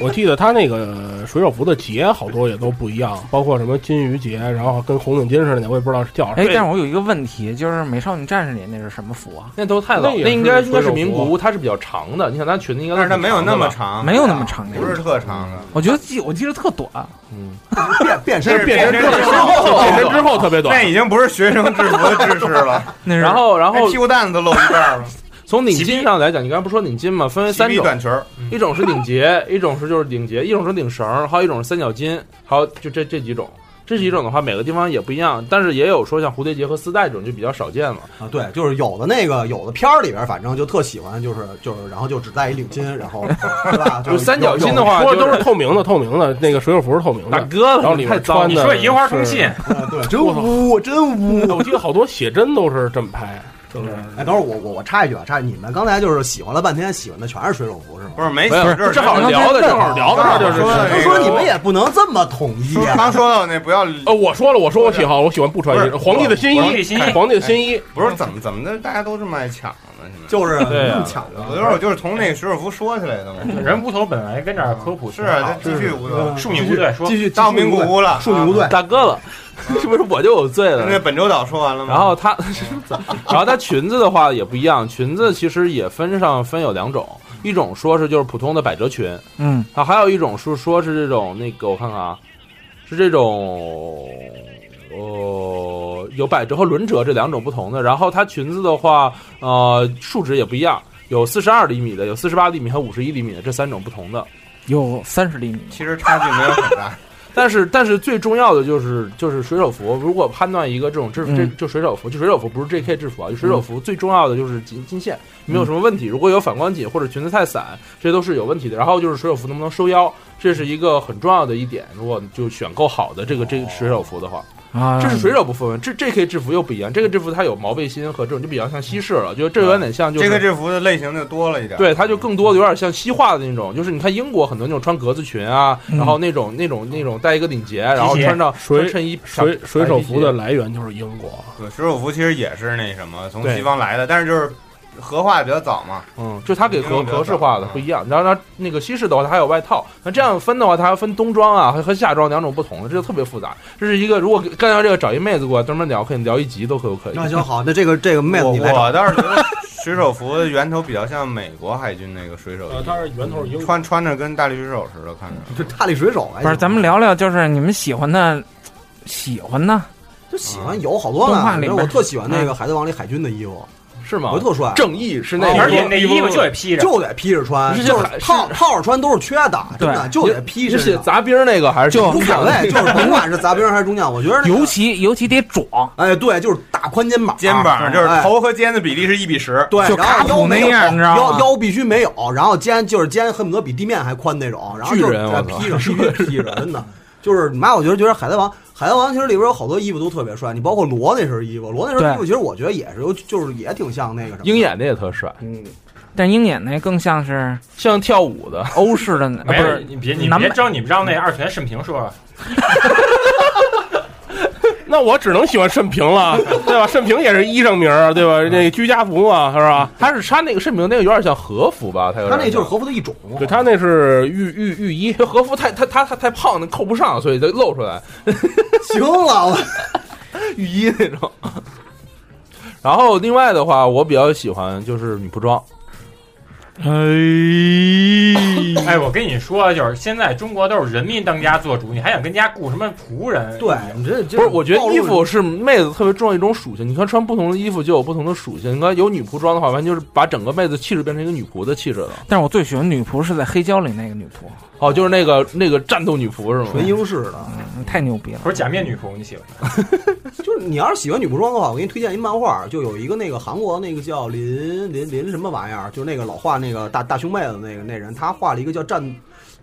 我记得他那个水手服的节好多也都不一样，包括什么金鱼节，然后跟红领巾似的，我也不知道是叫什么。
哎，但是我有一个问题，就是《美少女战士》里那是什么服啊？
那都太老，
那也
那应该
是
应该是
水手
名古
服
屋，它是比较长的。你想，它裙子应该
但是
都
它没有
长的
那么
吧，
长，
没有那么长
不是特长 的。
我觉得记我记得特短，
嗯，
变变
这
身
是
变身
变
特
身
别
之后
变身之后特别
那
短，
已经不是学生制服的制式了，
那是
然后然后
连屁股蛋子都露一半了。
从领巾上来讲，你刚才不说领巾吗？分为三
齐
种
臂，短裙儿，
一种是领结，一种是就是领结，一种是领绳儿，还有一种是三角巾，还有就这这几种。这几种的话，每个地方也不一样，但是也有说像蝴蝶结和丝带这种就比较少见了。
啊，对，就是有的那个有的片儿里边，反正就特喜欢，就是就是，然后就只戴一领巾，然后对吧？
就三角巾的话，
话，
哎说
就
的都是透明的，透明的那个水手服是透明
大
的。
哥，
然后里面
太脏
穿
了
你
的
说银花通信，
对，真污，真污。
我记得好多写真都是这么拍，就是
哎，等会儿我我我插一句啊，插一句你们刚才就是喜欢了半天，喜欢的全是水手服是吗？
不是没
没有
死，这
正好聊的，正好聊的话就是
说的
就说你们也不能这么统一
说
啊
刚！说到那不要，
呃，我说了，我说我喜好，我喜欢不穿
不
衣
是
服，皇帝的新
皇帝新
衣，
衣
皇帝的新衣，
不是怎么怎么的，大家都这么爱抢呢？现在
就是
对啊
那么抢的，
有的时候我就是从那个水手服说起来的嘛。
人无头本来跟这儿科普
是啊，
挺
这继续无聊，
好，恕你无罪，说
嗯继续
到名古屋
啊
了，
庶民无罪，
大哥了，是不是我就有罪
那
了？
本州岛说完了吗？
然后他，然后他裙子的话也不一样，裙子其实也分上分有两种，一种说是就是普通的百褶裙，
嗯，
啊，还有一种是说是这种那个我看看啊，是这种呃有百褶和轮褶这两种不同的。然后它裙子的话，呃，数值也不一样，有四十二厘米的，有四十八厘米和五十一厘米的这三种不同的。
有三十厘米，
其实差距没有很大，
但是但是最重要的就是就是水手服，如果判断一个这种制服，这
嗯
就水手服，就水手服不是 J.K. 制服啊，就水手
嗯
服最重要的就是紧金线，没有什么问题。如果有反光紧或者裙子太散，这都是有问题的。然后就是水手服能
哦
不能收腰，这是一个很重要的一点。如果就选购好的这个这个水手服的话，
嗯
啊
这是水手部分，这这 K 制服又不一样，这个制服它有毛背心和这种就比较像西式了，就这有点像就是
嗯这个制服的类型就多了一点。
对，它就更多的有点像西化的那种，就是你看英国很多那种穿格子裙啊，
嗯
然后那种那种那种带一个领结，然后
皮鞋
穿上
水
穿衬衣，
水水手服的来源就是英国。
对，水手服其实也是那什么，从
对
西方来的，但是就是合化比较早嘛。
嗯，就它给
英国
格
比较
格式
早
化的不一样。然后它那个西式的话，它还有外套。那这样分的话，它还分冬装啊和和夏装两种不同的，这就特别复杂。这是一个如果干掉这个找一妹子过来专门聊，可以聊一集都可有可以。
那行好，那这个这个妹子
我
你来找
我倒是觉得水手服的源头比较像美国海军那个水手衣
呃，它是源头是英国
穿穿着跟大力水手似的，看着
就大力水手哎
不是，咱们聊聊，就是你们喜欢的，喜欢的，
就喜欢有好多
动画
呢，
里
比如
面
我特喜欢那个《
嗯
海贼王》里海军的衣服，
是吗
我觉得特帅。
正义是那
啊
个
而且那
衣服
衣服就得
披
着
就得披着穿，
是
就是
是
套套着穿都是缺的，真的就得披
是
身
写
上。
杂兵儿那个还是
就无
中
所
将
谓，就是甭管
是
是杂兵还是中将，我觉得
尤其尤其得壮，
哎，对，就是大宽肩膀，
肩膀就是
哎
头和肩的比例是一比十，
对，然后腰没有腰
吗？
腰必须没有，然后肩就是肩恨不得比地面还宽那种，然后就
巨
是
人我
哎
操
披着必须披着，真的。就是妈，我觉得觉得海贼王，海贼王其实里边有好多衣服都特别帅，你包括罗那身衣服，罗那身
对
衣服其实我觉得也是有，就是也挺像那个什么。
鹰眼的也特帅，
嗯，
但鹰眼那更像是
像跳舞的
欧式 的，
没
啊
有
不是
你别你
南
别
美
招你让那二泉盛平说了，
那我只能喜欢盛平了，对吧？盛平也是衣裳名儿，对吧？那个居家服嘛，是吧？
他是穿那个盛平那个有点像和服吧？他有
他
点
那就是
像
和服的一种，
对他那是浴浴浴衣，
这 和服太太他他太胖，那扣不上，所以就露出来。
行了，我
浴衣那种。然后另外的话，我比较喜欢就是女仆装，
哎，哎，我跟你说，就是现在中国都是人民当家做主，你还想跟家雇什么仆人？
对你这
不是？我觉得衣服是妹子特别重要一种属性。你看穿不同的衣服就有不同的属性。你看有女仆装的话，完全就是把整个妹子气质变成一个女仆的气质了。
但是我最喜欢女仆是在黑胶里那个女仆，
哦，就是那个那个战斗女仆是吗？
纯英式的，
嗯太牛逼了。
不是假面女仆，你喜欢？
就是你要是喜欢女仆装的话，我给你推荐一漫画，就有一个那个韩国那个叫林林林什么玩意儿，就是那个老画那个大大胸妹子那个那人，他画了一个叫战。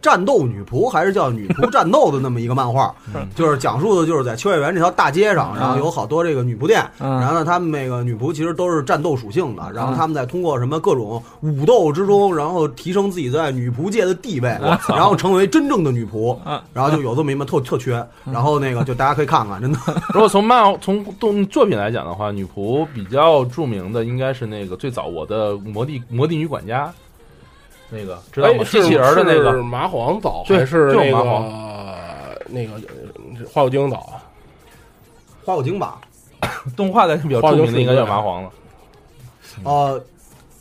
战斗女仆还是叫女仆战斗的那么一个漫画，就是讲述的就是在秋叶原这条大街上，然后有好多这个女仆店，
嗯
然后呢，他们那个女仆其实都是战斗属性的，然后他们在通过什么各种武斗之中，然后提升自己在女仆界的地位，然后成为真正的女仆，然后就有这么一门特特缺，然后那个就大家可以看看，真的。
如果从漫从动作品来讲的话，女仆比较著名的应该是那个最早我的魔帝魔帝女管家，那个知道吗？
哎是
机器人儿的那
是
个，
麻黄岛
对
还是那
就
个
麻
那个呃花果精岛？
花果精吧，
动画的比较著名的应该叫麻黄了。
呃，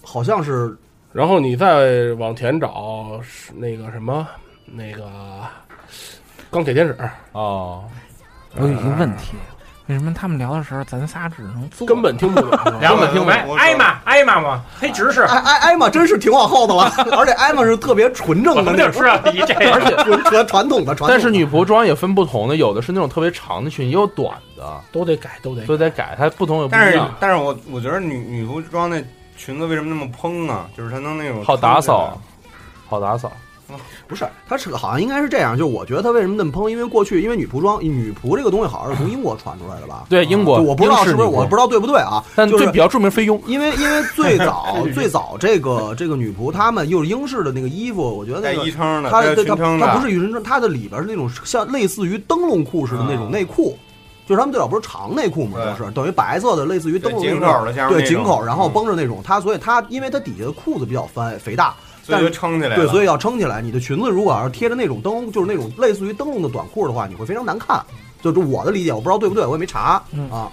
好像是
然后你再往前找是那个什么那个钢铁天使，
哦，
我有一个问题，为什么他们聊的时候咱仨只能坐？
根本听不懂。
两本听
我啊
没？艾玛，艾玛吗？黑执事，
艾哎艾艾玛，真是挺往后的了， 而且艾玛是特别纯正
我
的
们
哦
那
就
种，
知道
啊
你这
而且
传传统的传统的。
但是女仆装也分不同的，有的是那种特别长的裙，也有短的，
都得改，都得
所以得改，它不同有不
但
一
是
样。
但是我我觉得女女仆装那裙子为什么那么蓬啊？就是它能那种
好打扫，好打扫。
不是，它是好像应该是这样，就是我觉得它为什么那么蓬，因为过去因为女仆装女仆这个东西好像是从英国传出来的吧？
对，英国
就我不知道是不是，我不知
道，
道对不对啊？
但
就
最
是
比较著名菲佣，
因为因为最 早最早这个这个女仆她们又是英式的那个衣服，我觉得
带
那个
衣撑的，
它
带
对
裙
它
撑的，
它不是羽绒装，它的里边是那种像类似于灯笼裤似的那种内裤，就是他们最早不是长内裤嘛，
啊对
都是等于白色的，类似于灯笼
对
那种
紧口的像是那
对
种
紧口，然后
嗯
绷着那种。它所以它因为它底下的裤子比较翻肥大，
所
但
以就是撑起来了。
对，所以要撑起来。你的裙子如果要是贴着那种灯笼，就是那种类似于灯笼的短裤的话，你会非常难看。就是我的理解，我不知道对不对，我也没查
嗯
啊。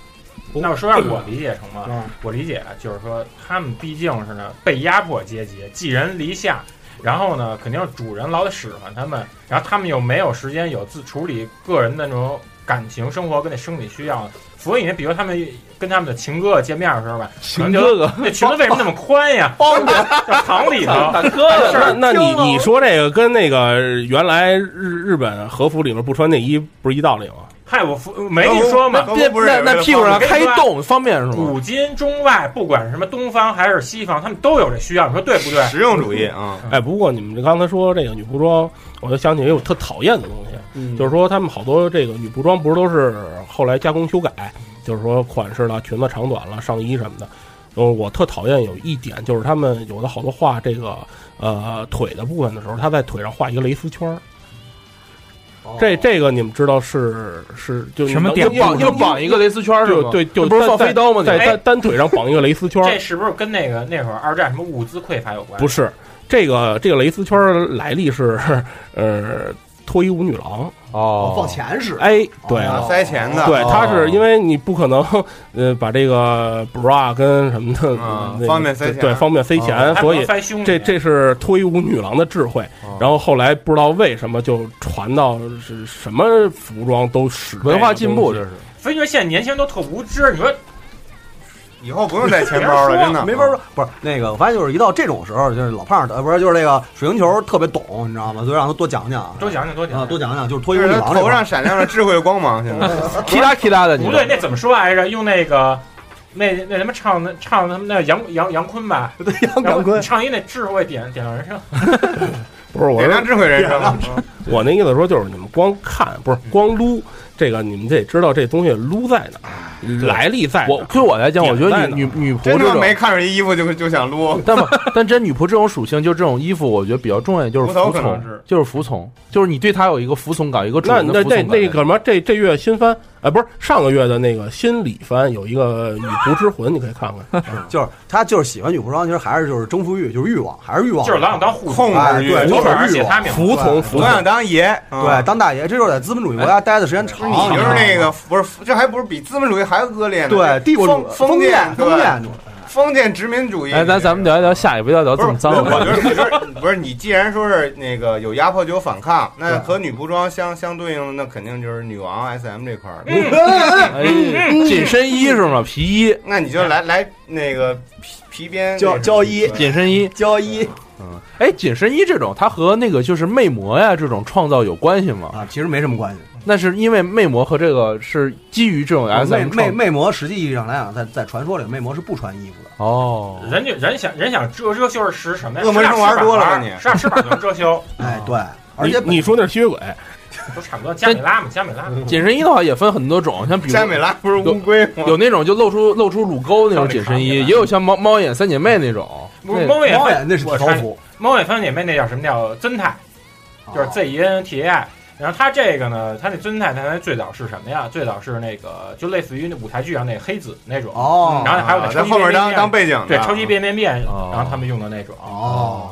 那我说下我理解成吗？
嗯
我理解啊就是说，他们毕竟是呢被压迫阶级，寄人篱下，然后呢，肯定是主人老得使唤他们，然后他们又没有时间有自处理个人的那种感情生活跟那生理需要，所以呢，比如他们跟他们的情哥见面的时候吧，
情哥哥，
那裙子为什么那么宽呀？包着藏里头，
大哥哥，
那那你你说这个跟那个原来日日本和服里面不穿内衣不是一道理吗？
嗨，我服没跟你说嘛，
那不是
那那屁股上开一洞方便是吗？
古今中外，不管是什么东方还是西方，他们都有这需要，你说对不对？
实用主义啊，
哎，不过你们刚才说这个女仆装，我就想起一个我特讨厌的东西，嗯就是说他们好多这个女服装不是都是后来加工修改，就是说款式了、裙子长短了、上衣什么的。嗯，我特讨厌有一点就是他们有的好多画这个呃腿的部分的时候，他在腿上画一个蕾丝圈儿。
哦
这这个你们知道是是就
什么
能
点
就绑
就绑一个蕾丝圈儿是吗
就对，
这
就
不是
在
放飞刀吗
在
你
在
哎
单单腿上绑一个蕾丝圈儿，
这是不是跟那个那会儿二战什么物资匮乏有关？
不是，这个这个蕾丝圈儿来历是，呃，脱衣舞女郎
哦
放钱使
哎，
哦
对
啊，塞钱的，
对，它
哦
是因为你不可能呃把这个 bra 跟什么的、
嗯
那个
方便塞钱
对，方便塞钱，
哦
所
还不能
以
塞哦胸里
这这是脱衣舞女郎的智慧。然后后来不知道为什么就传到是什么服装都使
文化进步
这个东西
这是
所以说现在年轻人都特无知，你说
以后不用
带钱包了 真的
没
嗯
法说。不是那个，我发现就是一到这种时候，就是老胖儿，呃，不是就是那个水晶球特别懂，你知道吗？就让他多讲讲，
多讲讲多讲
啊，
讲
多讲讲，就是脱衣
就
舞
是
女
他
郎
头上闪亮着智慧的光芒，现在
踢啦踢啦的，你
不对，那怎么说来着？用那个那那什么唱的唱他们那杨杨杨坤吧，
对杨
杨
坤
唱一那智慧点点亮人生，
哦
不是我
点
是
亮智慧人嗯生，
我那意思说就是你们光看不是
嗯
光撸这个，你们得知道这东西撸在哪
哎
儿，来历在哪
我
儿。
对我来讲，我觉
点在
得
哪
女女女仆
真
这
他妈
种，
没看上一衣服就就想撸，
但不但真女仆这种属性，就这种衣服，我觉得比较重要，就是
骨头
服
可能
从
是，
就是服从，就是你对她有一个服从感，有一个主
那
人的
那
服从
那
感。
那个什么，这这月新番，哎，不是上个月的那个新里番，有一个《女仆之魂》，你可以看看。
就是他就是喜欢女服装，其实还是就是征服欲，就是欲望，还是欲望，
就是老想当护
控
哎
制欲
对，，
我
就
反而
是欲
写他
望。
名字，
服从服
我想
哎
从，
当爷，嗯
啊对，当大爷，这就是在资本主义国家待的时间长，
哎你就
知
是
道吗
那个不是，这还不是比资本主义还恶劣呢？
对帝国主
封封
义
建，
封建
对，封建殖民主义。
哎，咱咱们聊一聊下一步，要聊
不
这
是，
么脏
我
的
我
话
觉
题。
得我觉得不是你，既然说是那个有压迫就有反抗，那
对
和女仆装相相对应的，那肯定就是女王 S M 这块儿。
哎，紧身衣是吗？皮衣，
那你就来来那个皮皮鞭
交交衣
对
紧身衣。
交易
哎，紧身衣这种，它和那个就是魅魔呀这种创造有关系吗？
啊，其实没什么关系。
那是因为魅魔和这个是基于
哦
这种 S
魅
M
魅
创
魅魔实际意义上来讲，在在传说里，魅魔是不穿衣服的。
哦，
人家人想人想遮遮羞是使什么呀？
恶魔
使俩
城玩
翅膀
多了吧
玩
你
使俩翅膀就能遮 羞，
哎，对，而且
你你说那是吸血鬼，
都差不多。加美拉嘛，加美拉，
紧身衣的话也分很多种，像比如
加美拉不是乌龟吗？
有那种就露出露出乳沟那种紧身衣，
上面
也有像猫猫眼三姐妹那种。
不是
那
猫眼
猫眼那是
我
条
穿
幅，
猫眼三姐妹那叫什么叫真态，就是
啊
Z E N T A I。然后它这个呢，它那真态，它最早是什么呀？最早是那个就类似于那舞台剧上那黑子那种，
哦，
然后还有那
在
超级
后面
变
当
变
当背景的，
对超级变变变，
哦
然后他们用的那种。
哦，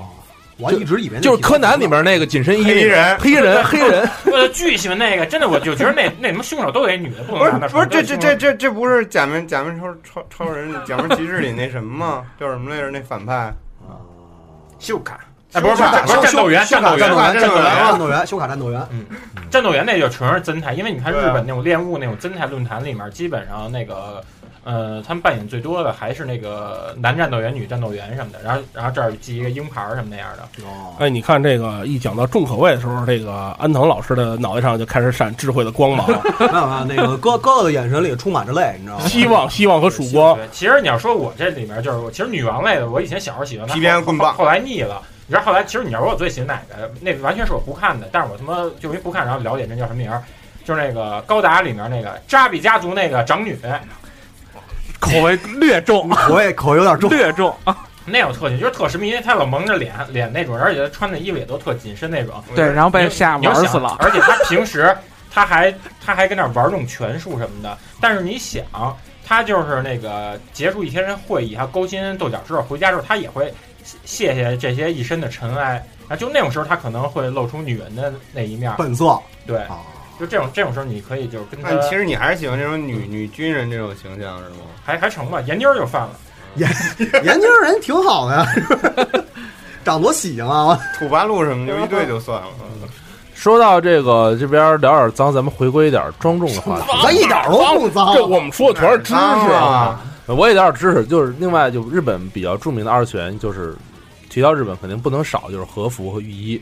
我一直以为那
就是柯南里面那个紧身衣那
黑
个，
人
黑人，黑人，
我巨喜欢那个，真的，我就觉得那那什么凶手都得女的，不
不
能
是
男的。
不是这这
都得
这
凶手
这这不是假面假面超超超人假面骑士里那什么吗？叫什么来着？那反派
秀卡，哎，不是不是
秀卡
不是战斗员，
秀
战
卡
斗
秀
员，
卡战
战斗
斗
员
员，
战斗员，修卡战斗员，
战斗员那就纯是真态，因为你看日
对啊
本那种恋物那种真态论坛里面，基本上那个。呃，他们扮演最多的还是那个男战斗员、女战斗员什么的，然后然后这儿系一个鹰牌儿什么那样的，
哦，
哎，你看这个一讲到重口味的时候，这个安藤老师的脑袋上就开始闪智慧的光芒，
没有没有，那个哥哥哥的眼神里充满着泪，你知道吗？
希望希望和曙光。
对，其实你要说我这里面就是我，其实女王类的，我以前小时候喜欢的
皮鞭棍棒
后后后来腻了。你知道后来，其实你要说我最喜欢哪个，那完全是我不看的，但是我他妈就因为不看，然后了解那叫什么名儿，就是那个高达里面那个扎比家族那个长女，
口味略重，
口味口味有点重，
略重。
啊
那有特点，就是特什么，因为她老蒙着脸脸那种，而且她穿的衣服也都特紧身那种，
对，然后被吓
你要
玩
想啊
死了。
而且她平时她还她还跟那儿玩弄拳术什么的，但是你想。她就是那个结束一天人会议，还勾心斗角之后回家之后，她也会谢谢这些一身的尘埃。啊，就那种时候，她可能会露出女人的那一面。
本色
对，
啊，
就这种这种时候，你可以就是跟她
但其实你还是喜欢这种女女军人这种形象是吗？
还还成吧，闫妮儿就犯了。
年轻人挺好的呀， 是不是长多喜庆啊！我
土八路什么就一对就算了，
说到这个这边聊点脏，咱们回归一点庄重的话题。
咱一点儿都不啊脏，
这 我们说的全是知
脏
识，
啊！
我也聊点知识，就是另外就日本比较著名的二次元，就是提到日本肯定不能少就是和服和浴衣。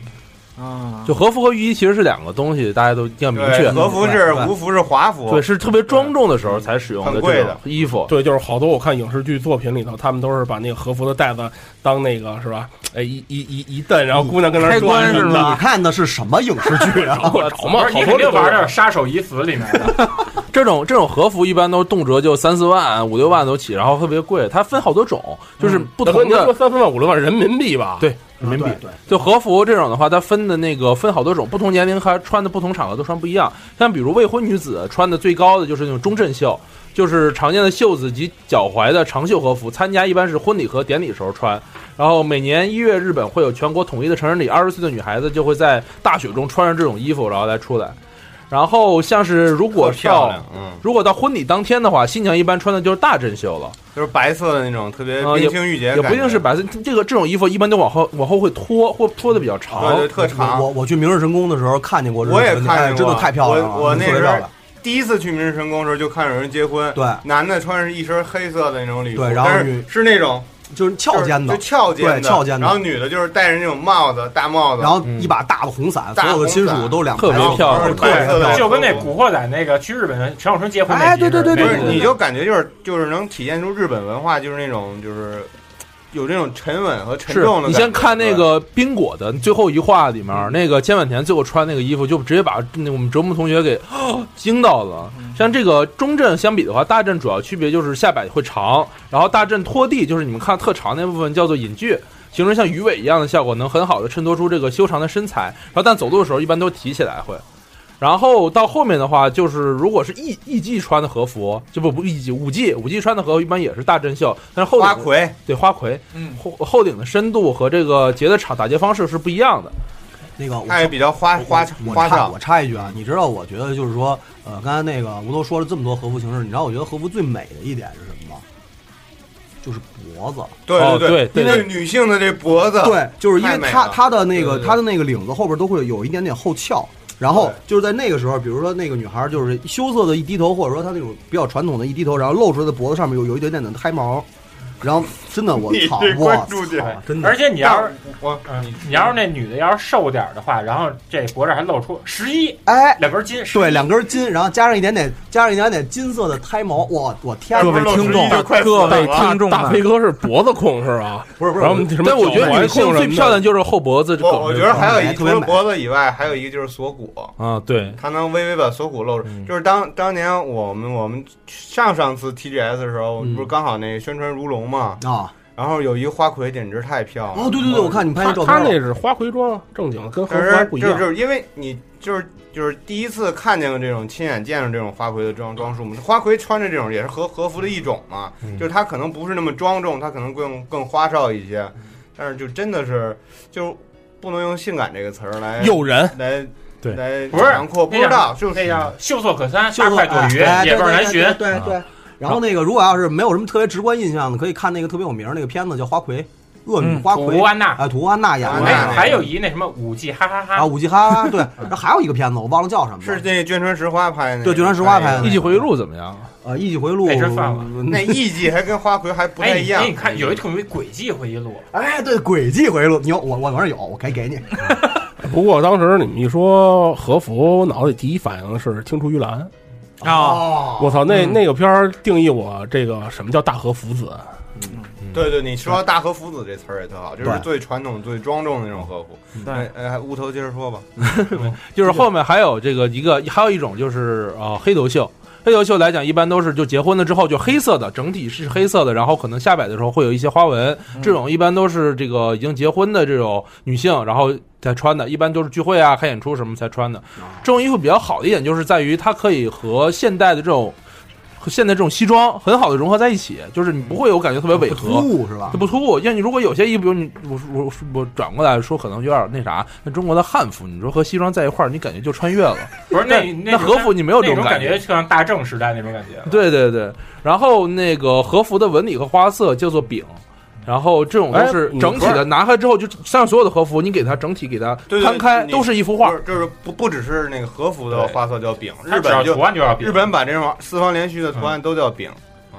啊，
就和服和御医其实是两个东西，大家都一定要明确。
对和服是无服是华服，
对，是特别庄重的时
嗯
候才使用的这种衣服。
对，就是好多我看影视剧作品里头，他们都是把那个和服的带子当那个是吧？哎，一一一一蹬，然后
嗯
姑娘跟那儿转什么
你
的。
看的是什么影视剧啊？
我找嘛，
不是
好
你
多
肯
这
定
都
玩
有
的是《杀手已死》里面的，
这种这种和服一般都动辄就三四万、五六万都起，然后特别贵。它分好多种，就是不
大哥
同
您说
的。
三分万五六万人民币吧？
对，
人民币
对对，
就和服这种的话，它分的那个分好多种，不同年龄还穿的不同场合都穿不一样。像比如未婚女子穿的最高的就是那种中正袖，就是常见的袖子及脚踝的长袖和服，参加一般是婚礼和典礼时候穿。然后每年一月，日本会有全国统一的成人礼，二十岁的女孩子就会在大雪中穿上这种衣服，然后再出来。然后像是如果
特漂
到
亮，嗯，
如果到婚礼当天的话，新娘一般穿的就是大针袖了，
就是白色的那种，特别
呃
冰清玉洁，
也不一定是，白色。这个这种衣服一般都往后往后会拖，或拖的比较
对
长啊
对，。特长。
哦我我去明日神宫的时候看见过这种
我也
东西，
看见
哎真的
过
太漂亮了，
我我那
特别
时
漂
候
亮。
第一次去明日神宫的时候，就看有人结婚，
对，
男的穿着一身黑色的那种礼服，
对然后
但是
女
是那种
就是
就是
翘肩的
就，翘肩的，
对翘肩的
然后女的就是戴着那种帽子，大帽子，
然后一把大的红伞，
嗯
所
大
有的亲
红
属
伞
都两排
特别
手
漂亮
手特别
白色
漂
的
亮。
就跟那《古惑仔》那个去日本陈小春结婚那
哎
集似的
对对
不
对
是，
那
对
个
你就感觉就是就是能体现出日本文化，就是那种就是有这种沉稳和沉
是嗯
重的感觉。
你先看那个冰果的最后一话里面，那个菅坂田最后穿那个衣服，就直接把那我们折木同学给 哦惊到了。像这个中阵相比的话，大阵主要区别就是下摆会长，然后大阵拖地就是你们看特长那部分叫做隐具，形成像鱼尾一样的效果，能很好的衬托出这个修长的身材。然后但走路的时候一般都提起来会。然后到后面的话，就是如果是艺艺伎穿的和服，就不不艺伎舞伎舞伎穿的和服一般也是大阵袖，但是后
花
面。
魁，
对花魁，
嗯
后后顶的深度和这个结的场打结方式是不一样的。
那个我
它也比较花花
我
花
插
哨
我。插一句啊，你知道，我觉得就是说，呃，刚才那个吴头说了这么多和服形式，你知道我觉得和服最美的一点是什么吗？就是脖子，
对
哦
对
对对
因为女性的这脖子，
对，就是因
太
为
美
它
了
它的那
对
个
对对
它的那个领子后边都会有一点点后翘，然后
对
就是在那个时候，比如说那个女孩就是羞涩的一低头，或者说她那种比较传统的一低头，然后露出来的脖子上面有有一点点的胎毛，然后真的我
你
操
这，
我
关注点
操，真的
而且你要是
我
嗯你要是那女的要是瘦点儿的话，然后这脖子还露出十一
哎。
两根筋，
对，两根筋，然后加上一点点，加上一点点金色的胎毛，我我天哪！啊
各位听众就快死
各
了
位
啊
听众，大飞哥是脖子控是吧？
不是不是
然后什么
但我觉得女
脚踝
性
控
最
什么
漂
的，
亮就是后脖子这梗。
我我觉得还有一
特
除
别
了
美
脖子以外，还有一个就是锁骨，
啊，对，
它能微微把锁骨露出。
嗯
就是当当年我们我们上上次 TGS 的时候，
嗯
不是刚好那宣传如龙嘛，
啊！
然后有一个花魁，简直太漂亮了。
哦，对对对，我看你拍
他
那照片
他
了，
那是花魁装，正经跟和
但
服还
是
不一
就
样。
就是因为你就是就是第一次看见过这种亲眼见着这种花魁的装装束嘛，花魁穿着这种也是和和服的一种嘛，
嗯
就是它可能不是那么庄重，它可能更更花哨一些，
嗯
但是就真的是就不能用性感这个词儿来
诱人，
来
对
来
不是
囊括，不知
那叫
道就是
那叫秀色可餐，
就
大
是
快朵颐，
哎
野味儿难
对
寻
对。对对对。然后那个，如果要是没有什么特别直观印象的，可以看那个特别有名儿那个片子叫《花魁》，恶女花魁
古安娜，
啊，图安娜演
古
的
安娜
还有
那
那
个
哎还有一那什么五 G 哈哈
啊，
哈，
五 G 哈哈，对，然后还有一个片子我忘了叫什么了，
是那捐川石花拍的那个，哎
对卷川石花拍的
《一起回忆录》怎么样？
呃《一起回路
哎真犯了》
那艺伎还跟花魁还不
哎
太一
你
样嗯
哎，你，看
嗯
有一特别诡计回忆录，
哎，对，《轨迹回路》，你有我我我这有，我可以给你。
不过当时你们一说和服，我脑子里第一反应是《青出于蓝》。
啊，
我
哦，
操，
嗯
那那个片儿定义我这个什么叫大和服子？
对对，你说到大和夫子这词儿也特好，就是
对
最传统、最庄重的那种和服。
对
哎，哎，乌头接着说吧。
就是后面还有这个一个，还有一种就是呃黑头袖。黑头袖来讲，一般都是就结婚了之后就黑色的，整体是黑色的，然后可能下摆的时候会有一些花纹，这种一般都是这个已经结婚的这种女性，然后才穿的，一般都是聚会啊、看演出什么才穿的。这种衣服比较好的一点就是在于它可以和现代的这种和现代这种西装很好的融合在一起，就是你不会有感觉特别违和。
突兀是吧
它？不突兀。像你如果有些衣服，比如你我我我转过来说，可能有点那啥。那中国的汉服，你说和西装在一块儿，你感觉就穿越了。
不是那
但
那
那和服你没有这
那
种
种
感
感觉，像大正时代那种感觉。
对对对，然后那个和服的纹理和花色叫做饼。然后这种都是
哎你
整体
不
的，拿开之后就身上所有的和服，你给它整体给它
对对
摊开，
你
都是一幅画
不。是就是不不只是那个和服的花色叫饼，
它
日
只要
本就
图案就要比
日本把这种四方连续的图案都叫饼。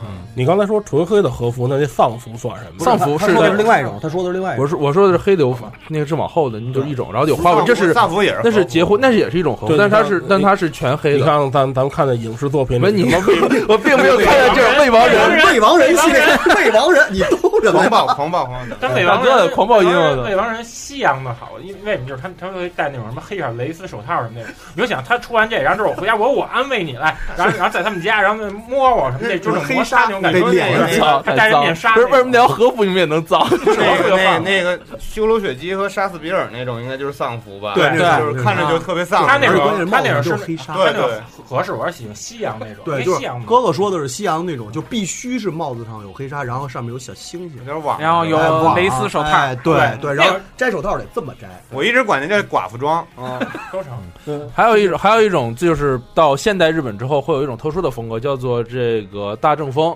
嗯
你刚才说纯黑的和服，那那丧服算什么？
丧服
他
是
说的是
那
另外一种，他说的是另外一种。
我说我说的是黑流服，那个是往后的，那就是一种，然后有花纹，
丧
这
服
是
丧服也是和服
那是结婚，那是也是一种和服
对，
但是它
你
是
看
但它是全黑的。
你看咱咱们看的影视作品
不是
里，
你
什么魏
我并没有看见这种未亡人，
魏王人系列， 魏王人，你都忍
狂暴狂暴狂暴，
但伪
大
王
哥
人
狂暴
伪
英
王
文
人
的
伪王人西洋的好，因为什么就是他们他们会戴那种什么黑色蕾丝手套什么那种。你就想他出完这，然后之后我回家，我我安慰你来，然后然后在他们家，然后摸我什么
那
那
种
种
黑
摩
纱
擦那种感觉，
那脸
那
那
个
操，
他
太
戴着
脏
面
了。
纱
不
那
是
种，
为什么聊和服你们也能脏？
那个
特别
那
棒
那个修罗雪姬和杀死比尔那种，应该就是丧服吧？
对
那
对
就是看着就特别丧。
他那
而且关
种
键是
他那
帽
种
子
是
就是黑纱
他那
对对
种合适，我是喜欢西洋那种，
对，
因为
就
西
是
洋
哥哥说的是西洋那种，就必须是帽子上有黑纱，然后上面有小星星
有，点网。
然后有
哎哇
蕾丝手套
哎对
对
对，然
那
后
个
摘手套得这么摘，
我一直管那叫寡妇装。嗯，
都成。
还有一种，还有一种就是到现代日本之后，会有一种特殊的风格，叫做这个大正风，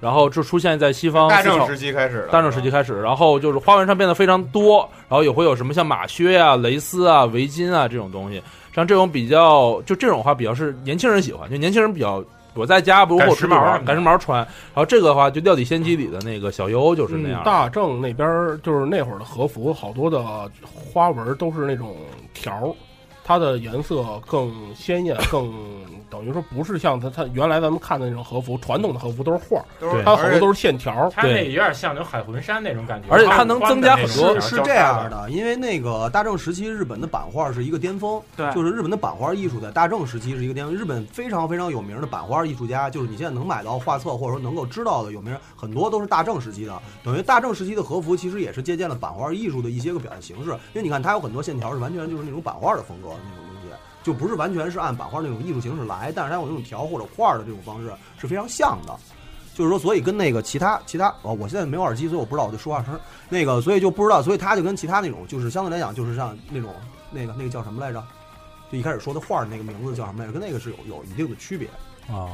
然后就出现在西方
大
思
正
潮
时期开始了。
嗯大正时期开始，然后就是花纹上变得非常多，然后也会有什么像马靴啊、蕾丝啊、围巾啊这种东西，像这种比较就这种话比较是年轻人喜欢，就年轻人比较。我在家，不如
赶
我
时髦啊
赶时髦穿。然后这个的话，就《料理仙姬》里的那个小优就是那样的。
嗯大正那边儿就是那会儿的和服，好多的花纹都是那种条儿，它的颜色更鲜艳，更等于说不是像它它原来咱们看的那种和服，传统的和服都是画儿，
嗯都是
它好
而
多
且
都是线条儿。
他那有点像那种海魂衫那种感觉，
而且
然后
它能增加很
宽的
多
那种
是
然后交叉
这
的。
样的，因为那个大正时期日本的版画是一个巅峰，
对
就是日本的版画艺术在大正时期是一个巅峰。日本非常非常有名的版画艺术家，就是你现在能买到画册或者说能够知道的有名人，很多都是大正时期的。等于大正时期的和服其实也是借鉴了版画艺术的一些个表现形式，因为你看它有很多线条是完全就是那种版画的风格的那种东西。就不是完全是按版画那种艺术形式来，但是它有那种条或者画的这种方式是非常像的。就是说，所以跟那个其他其他哦，我现在没有耳机，所以我不知道我就说话声儿。那个，所以就不知道，所以他就跟其他那种，就是相对来讲，就是像那种那个那个叫什么来着？就一开始说的画儿那个名字叫什么来着？跟那个是有有一定的区别。
啊。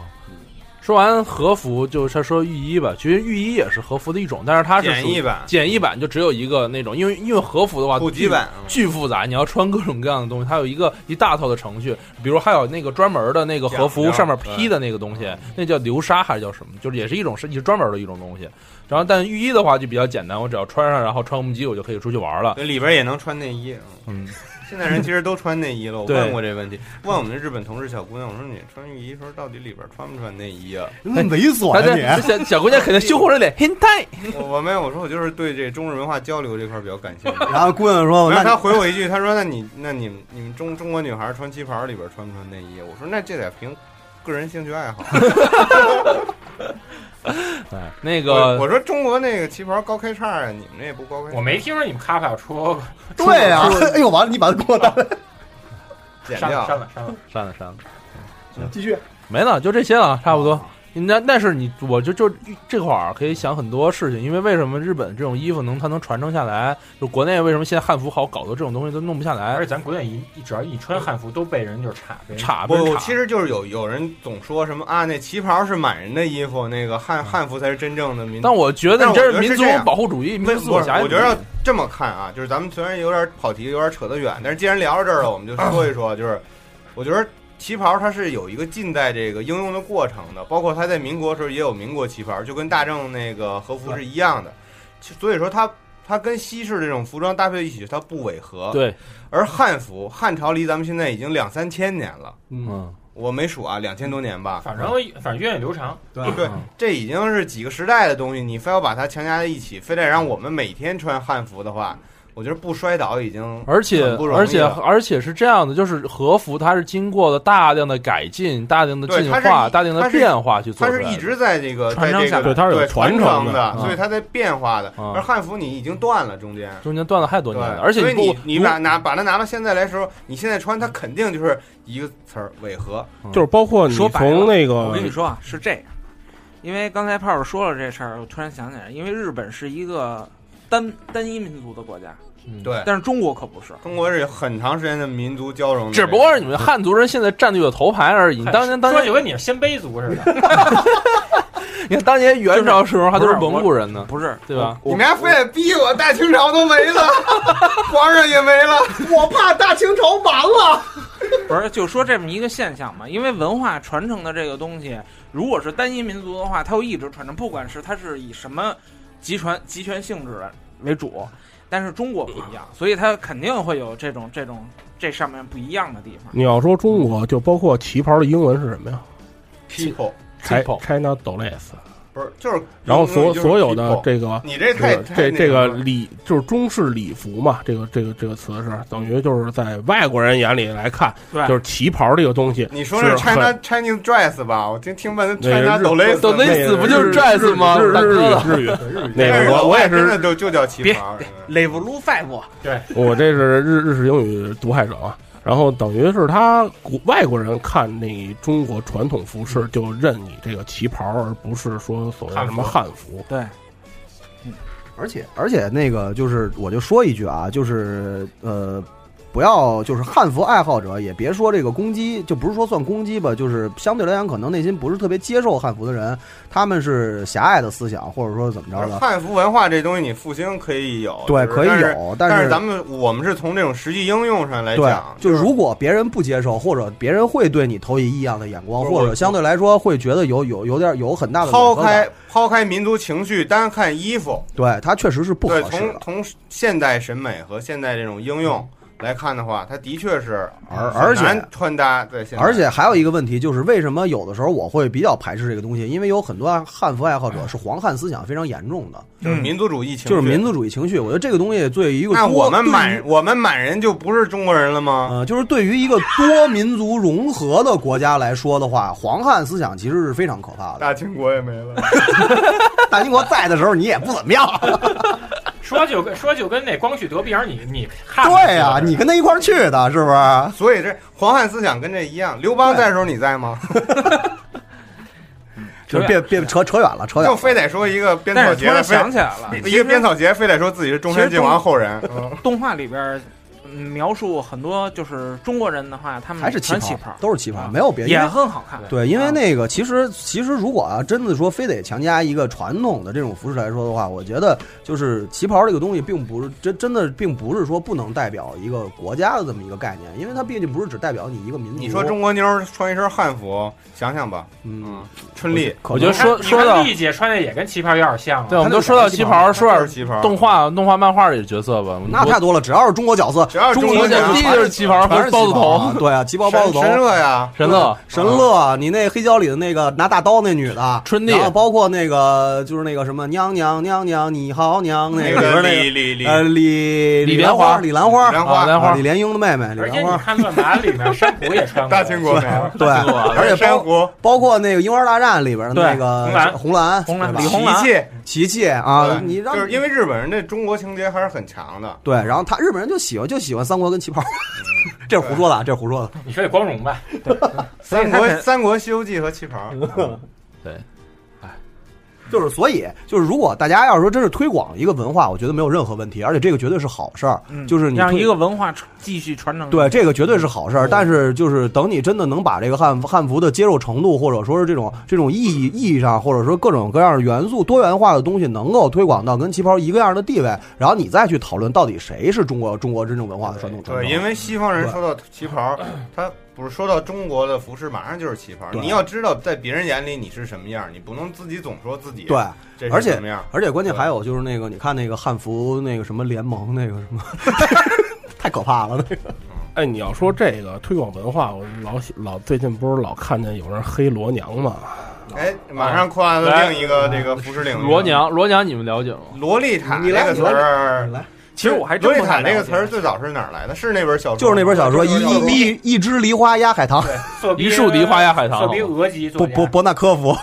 说完和服，就是他说御衣吧，其实御衣也是和服的一种，但是它是
简
属于
易版、
简易版，就只有一个那种，因为因为和服的话，
普及版。嗯
巨复杂，你要穿各种各样的东西，它有一个一大套的程序，比如还有那个专门的那个和服
讲究
上面披的那个东西，那叫流沙还是叫什么？就是也是一种是也是专门的一种东西。然后但浴衣的话就比较简单，我只要穿上，然后穿无机我就可以出去玩了。
对，嗯里边也能穿内衣。
嗯，
现在人其实都穿内衣了。我
对
问过这问题，问我们那日本同事小姑娘，我说你穿浴衣时候到底里边穿不穿内衣 啊？
那猥琐
大
啊
家
你！
这小小姑娘肯定羞红着脸，hentai，
我我没有，我说我就是对这中日文化交流这块比较感兴趣。
然后姑娘
哦
说：“
然后
那
他
你
回我一句，他说：“那你那你们你们中中国女孩穿旗袍里边穿不穿内衣？”我说：“那这得凭个人兴趣爱好。
哎，那
我
个
我说中国那个旗袍高开叉啊，你们那也不高开叉。
我没听说你们卡卡出过，
对呀、 哎呦完了，你把它给我打
剪
删了
掉。
删了删了。
删了删了，
继续，哦
没了，就这些了，差不多。那但是你，我就就这块儿可以想很多事情，因为为什么日本这种衣服能它能传承下来？就国内为什么现在汉服好搞的这种东西都弄不下来
而且？咱国内一一只要一穿汉服都被人就是查被人
差不
不，
是
其实就是有有人总说什么啊，那旗袍是满人的衣服，那个汉汉服才是真正的民族
但我觉得
但
你
我
这
觉得是
民族
这样
保护主义、民
不
族
是
自我狭义主义。
我觉得要这么看啊，就是咱们虽然有点跑题，有点扯得远，但是既然聊到这儿了，我们就说一说，就是我觉得旗袍它是有一个近代这个应用的过程的，包括它在民国时候也有民国旗袍，就跟大正那个和服是一样的，其所以说它它跟西式这种服装搭配一起，它不违和。，
对，
而汉服汉朝离咱们现在已经两三千年了，
嗯，
我没数啊，两千多年吧，
反正反正源远流长，
对
对，这已经是几个时代的东西，你非要把它强加在一起，非得让我们每天穿汉服的话，我觉得不摔倒已经
而且
很不容易啊
而且
了
而且是这样的，就是和服它是经过了大量的改进、大量的
对
进
它是
化、
一
大量的
它是
变化去做
它
出来
是
的。
一直在这个
传
在
承
这
下来
个
对它是有传
传
承的
的，
嗯
所以它在变化的。
嗯
而汉服你已经断了中间，
中间断了太多
对，
年了，而且
所以
不
你你把拿把它拿到现在来的时候，你现在穿它肯定就是一个词儿违和。
就是包括你
说白了
从那
我
个
跟你说啊，是这样，因为刚才炮儿说了这事儿，我突然想起来，因为日本是一个单单一民族的国家，
对，
但是中国可不是。
中国是有很长时间的民族交融的这
只
个，
不过是你们汉族人现在占据了头牌而已。你嗯当年当
哎说
年
就跟你是鲜卑族似的，
你看当年元朝时候还都是
不是
蒙古人呢，
不是，
对吧？
你们还非得逼我，大清朝都没了，皇上也没了，
我怕大清朝完了。
不是，就说这么一个现象嘛，因为文化传承的这个东西，如果是单一民族的话，它会一直传承，不管是它是以什么集权集权性质为主。但是中国不一样，所以它肯定会有这种这种这上面不一样的地方。
你要说中国，就包括旗袍的英文是什么呀
people
？Chi-？China Doles。
不是就是，
然后所
就是
所有的
people
这个，
你这太
个
太
这
那
这
什么
个
了
礼就是中式礼服嘛，这个这个这个词是等于就是在外国人眼里来看
对，
就是旗袍这个东西，
你说是 China Chinese dress 吧？我听听半天 China
斗
Dolce
日日 日语那个我我也
真
是
的就就叫旗袍。嗯
Level Five，
对，
我这是日日式英语读害者啊。然后等于是他国外国人看那中国传统服饰，就认你这个旗袍，而不是说所谓什么汉服。
对，
而且而且那个就是，我就说一句啊，就是呃，不要就是汉服爱好者也别说这个攻击，就不是说算攻击吧，就是相对来讲，可能内心不是特别接受汉服的人，他们是狭隘的思想，或者说怎么着的。
汉服文化这东西，你复兴可以有，
对
就是
可以
但是
有但
但
是
咱们我们是从这种实际应用上来
对
讲，，
就如果别人不接受，或者别人会对你投以异样的眼光，
不是
或
我
者相对来说会觉得有有有点有很大的
抛
违和感
开，抛开民族情绪，单看衣服，
对他确实是不合
对，
适
从
的。
从现代审美和现代这种应用来看的话，它的确是
而而且
很难穿搭在现在，
而且还有一个问题就是，为什么有的时候我会比较排斥这个东西？因为有很多汉服爱好者是黄汉思想非常严重的，
就是民族主义哎情绪，
嗯就是民族主义情绪。我觉得这个东西对于一个
那
多
我们
对于
满我们满人就不是中国人了吗？
呃，就是对于一个多民族融合的国家来说的话，黄汉思想其实是非常可怕 的。
大清国也没了，
大英国在的时候你也不怎么 样，
说就跟说就跟那光绪得病，你你看
对呀、你跟他一块儿去的是不是？
所以这黄汉思想跟这一样。刘邦在的时候你在吗？
就是别别扯扯远了，扯远
就
了。
非得说一个编草
但是
节
突
的，
然
非
想起来了
一个编草节非得说自己是中山靖王后人，嗯
动画里边儿、嗯描述很多就是中国人的话，他们
还是旗
穿旗
袍，都是旗袍，没有别的。因
也
为
很好看。
对，因为那个其实其实如果啊，真的说非得强加一个传统的这种服饰来说的话，我觉得就是旗袍这个东西并不是真真的并不是说不能代表一个国家的这么一个概念，因为它毕竟不是只代表你一个民族。
你说中国妞儿穿一身汉服，想想吧，
嗯，
春丽，
我觉得说说到
丽姐穿的也跟旗袍有点像啊。
对，我们都说到旗袍，说
就是
点
旗袍
动画、动画、漫画里的角色吧。
那太多了，只要是中国角色，
只要是
中
中国
国角
角
色
色
第一就是旗袍
全
和
是
包子
旗袍啊
头，
对啊，旗袍包子头。
神神乐呀，
神乐嗯
神乐，你那黑胶里的那个拿大刀那女的，
春丽
然后包括那个就是那个什么娘娘娘娘你好娘那
那
个
个
里边那
李 李李
呃李
李
莲
莲花
李兰花
李兰
啊，
花，
兰花
啊李莲英的妹妹李
而且
莲
你
花，
看乱麻里面，珊瑚也 穿过。
大清国没了，
对，而且
珊
包
瑚、
包括那个《樱花大战》里边的那个
对
红兰
红蓝
对吧
李红
奇
蓝
迹
琪琪啊，你让
就是因为日本人对中国情节还是很强的，
对，然后他日本人就喜欢就喜欢三国跟旗袍， 这是胡说的，啊这是胡说的。
你说得光荣吧？
三
所以
国
他肯
三国西游记和旗 袍，
嗯就是所以，就是如果大家要是说真是推广一个文化，我觉得没有任何问题，而且这个绝对是好事儿。
嗯
就是你
让
推
一个文化传继续传
嗯
承。
对，这个绝对是好事儿，但是就是等你真的能把这个汉服汉服的接受程度，或者说是这种这种意义意义上，或者说各种各样的元素多元化的东西，能够推广到跟旗袍一个样的地位，然后你再去讨论到底谁是中国中国真正文化的传统传 承。
对，因为西方人说到旗 袍，他不是说到中国的服饰，马上就是旗袍。
对
你要知道，在别人眼里你是什么样，你不能自己总说自己
对，
这
而
是
且
什么样。
而且关键还有就是那个，你看那个汉服那个什么联盟那个什么， 太可怕了那个。
哎，你要说这个推广文化，我老喜老最近不是老看见有人黑罗娘嘛？
哎，马上跨到
来
另一个这个服饰领域了，
罗娘，罗娘，你们了解吗？
洛丽塔
你
这
来
个
你
词
来
儿，
来，
其实我还真
洛丽
不
塔
太
这个
了解
词儿最早是哪儿来的？是那本小说，
就是那本小说《
就是那本小
一一一只梨花压海棠》，
色逼
一树梨花压海棠啊
色逼俄籍作
伯
家
伯伯纳科夫，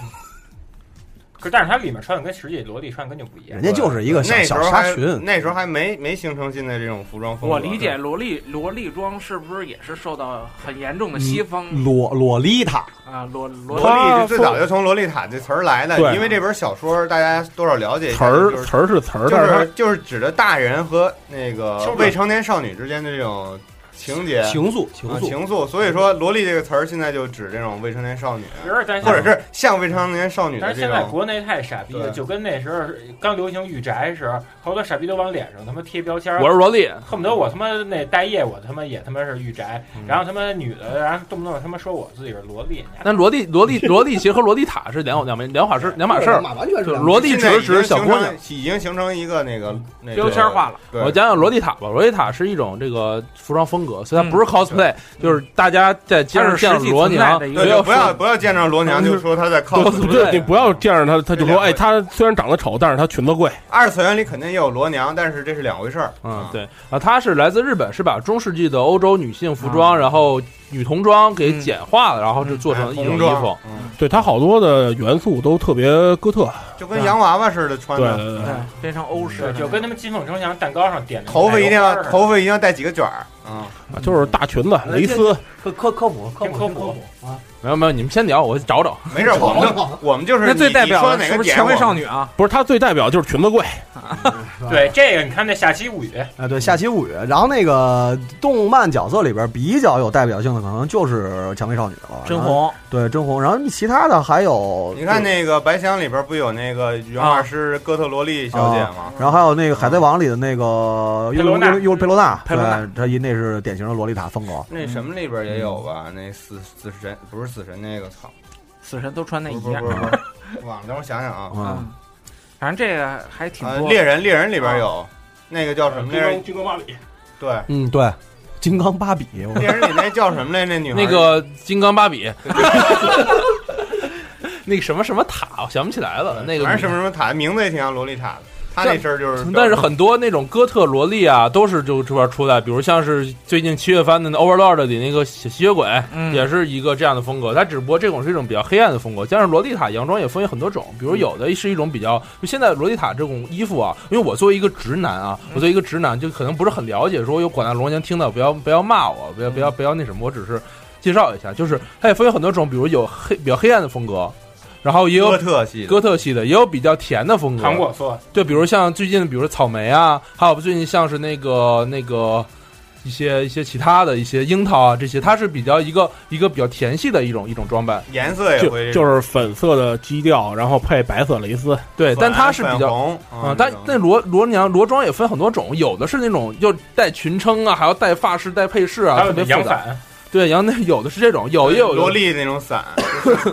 可但是它里面穿的跟实际萝莉穿的跟就不一样
人。家就是一个小
那时
小
候
纱
还
裙。
那时候还没没形成现在这种服装风格。
我理解萝莉萝莉装是不是也是受到很严重的西方
洛洛丽塔，
啊萝
萝
萝莉
莉就最早就从“洛丽塔”这词儿来的，
对
因为这本小说大家多少了解一
词
下，
儿
就是
词儿是词儿，
就
但是它
是就是指的大人和那
秋
个
水
未成年少女之间的这种情节、
情愫情
啊
愫
情愫。所以说，萝莉这个词儿现在就指这种未成年少女，
有点担心
或者是像未成年少女
嗯但
的
是
这
现在
种。
国内太傻逼了，
对
就跟那时候刚流行御宅时，好多傻逼都往脸上他妈贴标签儿。
我是萝莉
恨不得我他妈那待业，我他妈也他妈是御宅，
嗯
然后他妈女的，然后动不动他妈说我自己是萝莉。
但萝莉萝莉罗莉其实和萝莉塔是两两两码事两码事儿，就是萝莉
现在
只
已经
指小姑
形成
娘。
已经形成一个那个
嗯
那个
标签化
了
对，
我讲讲洛丽塔吧，洛丽塔是一种这个服装风格，
嗯
所以它不是 cosplay，、就是大家在街上见到罗娘，
对，
不要
对
嗯
不要不要见着罗娘就说她在靠
不是你不要见着他，他就说：“哎，他虽然长得丑，但是他裙子贵。
二次元里肯定也有罗娘，但是这是两回事儿。
嗯，对啊，它是来自日本，是把中世纪的欧洲女性服
嗯
装，然后女童装给简化了，然后就做成一种衣
嗯童哎装
服。
对他好多的元素都特别哥特，
就跟洋娃娃似的穿的，
对啊对对对
变成欧
式，就跟他们金凤呈祥蛋糕上点的
头发一定要
哎
奶油花儿
头发一定要带几个卷儿，嗯，
就是大裙子、蕾丝。
科科科普科
科普
啊，
没有没有，你们先聊，我找找。
没事，我们就我们就是
那最
你
代表
你说
的
哪
是
个
不是
点
蔷薇
我
少女啊？
不是他最代表就是裙子贵。
嗯
对这个，你看那下期物语，
啊，对《下棋物语》，然后那个动漫角色里边比较有代表性的，可能就是蔷薇少女了，
真红，
对真红，然后其他的还有，
你看那个《白箱》里边不有那个原画师哥特罗莉小姐吗？
啊
然后还有那个《海贼王》里的那个
佩
尤
罗
尤
娜
尤尤佩罗娜，
佩罗娜哦
对，他一那是典型的洛丽塔风格。
那什么里边也有吧？
嗯
那死死神不是死神那个，操！
死神都穿那一
不是
样
不。是不是，忘了，等我想想啊。
嗯，反正这个还 挺
啊，
多。啊
猎人猎人里边有那个叫什么来着？
金刚芭比，
对，
嗯，对，金刚芭比， 我
猎人里那叫什么来？那女孩
那个金刚 芭比， 那个什么什么塔，我想不起来了。那个
反正什么什么塔，名字也挺像洛丽塔的。她那身儿就是，
但是很多那种哥特萝莉啊，都是就这边出来，比如像是最近七月番的那 Overlord 里那个吸血鬼，
嗯
也是一个这样的风格。它只不过这种是一种比较黑暗的风格，加上洛丽塔洋装也分为很多种，比如有的是一种比较，就现在洛丽塔这种衣服啊，因为我作为一个直男啊，我作为一个直男就可能不是很了解，说有广大龙年听到不要不要骂我，不要不要不要那什么，我只是介绍一下，就是它也分为很多种，比如有黑比较黑暗的风格。然后也有
哥特系的
哥特系的，也有比较甜的风格，
糖果色，
对，比如像最近，比如说草莓啊，还有最近像是那个那个一些一些其他的一些樱桃啊，这些它是比较一个一个比较甜系的一种一种装扮，
颜色也会
就就是粉色的基调，然后配白色蕾丝。
对，哎但它是
粉
比较
红
啊、
嗯
但
这种
那罗罗娘罗装也分很多种，有的是那种就带裙撑啊，还要带发饰、带配饰啊，
还有
特别复
洋
杂
伞。
对，然后那 有的是这种，有也有
萝莉那种 伞，
对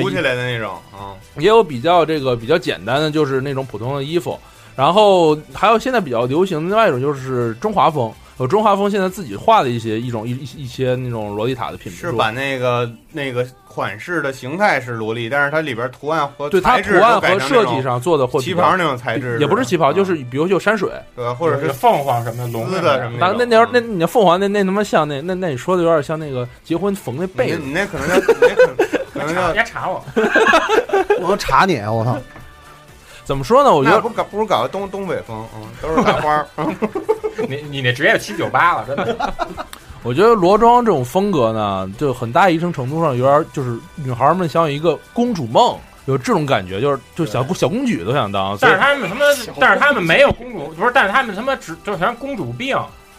鼓起来的那种啊。
也有比较这个比较简单的，就是那种普通的衣服。然后还有现在比较流行的另外一种就是中华风，有中华风现在自己画的一些一种一一一些那种洛丽塔的品牌，
是把那个那个款式的形态是萝莉，但是它里边图案和
对它
材质
图案
都改
和
成那
设
种
计上做的会
旗袍那种材质，嗯
也不是旗袍，就是比如就山水，
对吧？或者是
凤凰什么龙
丝的什么
但
种
那那那你那凤凰那那他妈像那那那你说的有点像那个结婚缝那被子，
你那可能叫
别 查别查 我，
我查你，啊我操！
怎么说呢？我觉
那
得
不搞不如搞个东东北风，嗯，都是大花儿。
你你那职业七九八了，真的。
我觉得罗庄这种风格呢，就很大一定程度上有点就是女孩们想有一个公主梦，有这种感觉，就是就小公小公举都想当，所
但
以
是他们他妈，但是他们没有公主，不是，但是他们他妈只就全是公主病。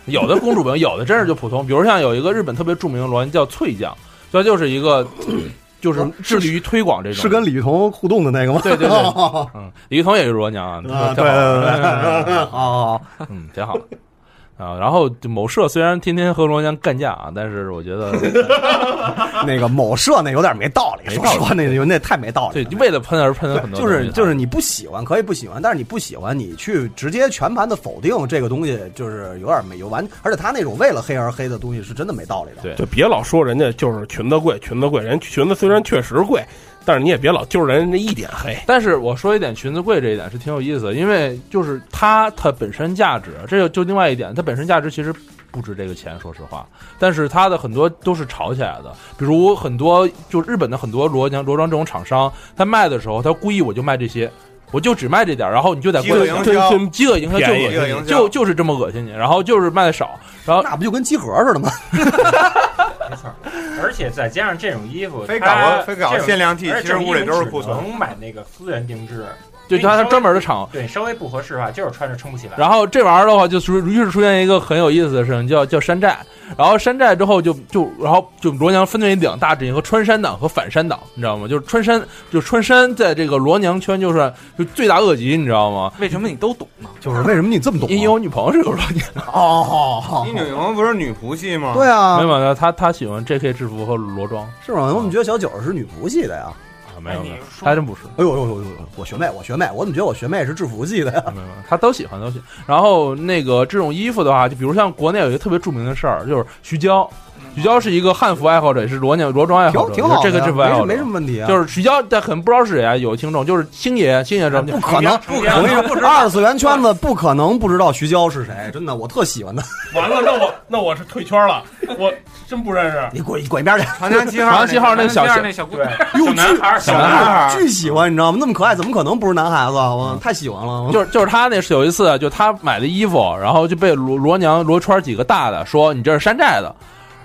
有的公主病，有的真是就普通。比如像有一个日本特别著名的罗兰叫翠酱，这就是一 个就是致力于推广这种，
是跟李雨桐互动的那个吗？
对对对
哦，
嗯，李玉彤也是罗娘啊，挺好
啊对对对对
的，
哦，
嗯，挺好的。啊，然后某社虽然天天和罗娘干架啊，但是我 觉得
那个某社那有点没道理，说实话那那太没道理
对，为了喷而喷了很多
就
东西啊，
是就是你不喜欢可以不喜欢，但是你不喜欢你去直接全盘的否定这个东西，就是有点没有完，而且他那种为了黑而黑的东西是真的没道理的。
对
就别老说人家就是裙子贵，裙子贵，人裙子虽然确实贵，但是你也别老揪着人家一点黑。
但是我说一点裙子贵这一点是挺有意思的，因为就是它它本身价值，这就就另外一点，它本身价值其实不值这个钱，说实话。但是它的很多都是炒起来的，比如很多就日本的很多罗娘罗庄这种厂商，他卖的时候他故意我就卖这些。我就只卖这点儿，然后你就得
饥饿营销
饥饿营销就
便宜饥
恶
饿
心
营
你，
销
就就是这么恶心你，然后就是卖的少，然后
那不就跟集合 似的吗？
而且再加上这种衣服，
非
它
搞非搞
哎这种
限量 T，
而且
其实屋里都是库存
这种衣服只能买那个私人定制，
就
你稍
它它
微
专门的厂。
对，稍微不合适的话，就是穿着撑不起来。
然后这玩意儿的话，就是于是出现一个很有意思的事情，叫叫山寨。然后山寨之后就就然后就罗娘分为两大阵营，和穿山党和反山党，你知道吗？就是穿山就穿山在这个罗娘圈就是就罪大恶极，你知道吗？
为什么你都懂呢？
就是为什么你这么懂？
因为我女朋友是个罗娘。
哦，
你女朋友不是女仆系吗？
对啊
没有没有，她她喜欢 J.K. 制服和裸装
是吗？我怎么觉得小九儿是女仆系的呀？
啊，没有没有，还真不是。
哎呦呦呦呦！我学妹，我学妹，我怎么觉得我学妹是制服系的呀？
他都喜欢都喜欢。然后那个这种衣服的话，就比如像国内有一个特别著名的事儿，就是徐娇。徐娇是一个汉服爱好者，也是罗娘着装爱好者，
挺挺好的
就是这个
呀
制服
没
爱
什
好者
没什么问题啊
就是徐娇，但很不知道是谁啊，有听众就是星爷，星爷
啊
知道
不可能，我跟你说，二次元圈子不可能不知道徐娇是谁，真的，我特喜欢她。
完了，那我那我是退圈了，我真不认识。
你滚滚一边去！
长江七号那个长江七号那小长江七号那小姑娘
哟
小男孩儿
巨
小男孩儿
巨喜欢，你知道吗？那么可爱，怎么可能不是男孩子啊？我太喜欢了。
就是就是他那是有一次，就他买的衣服，然后就被罗罗娘罗圈几个大的说你这是山寨的，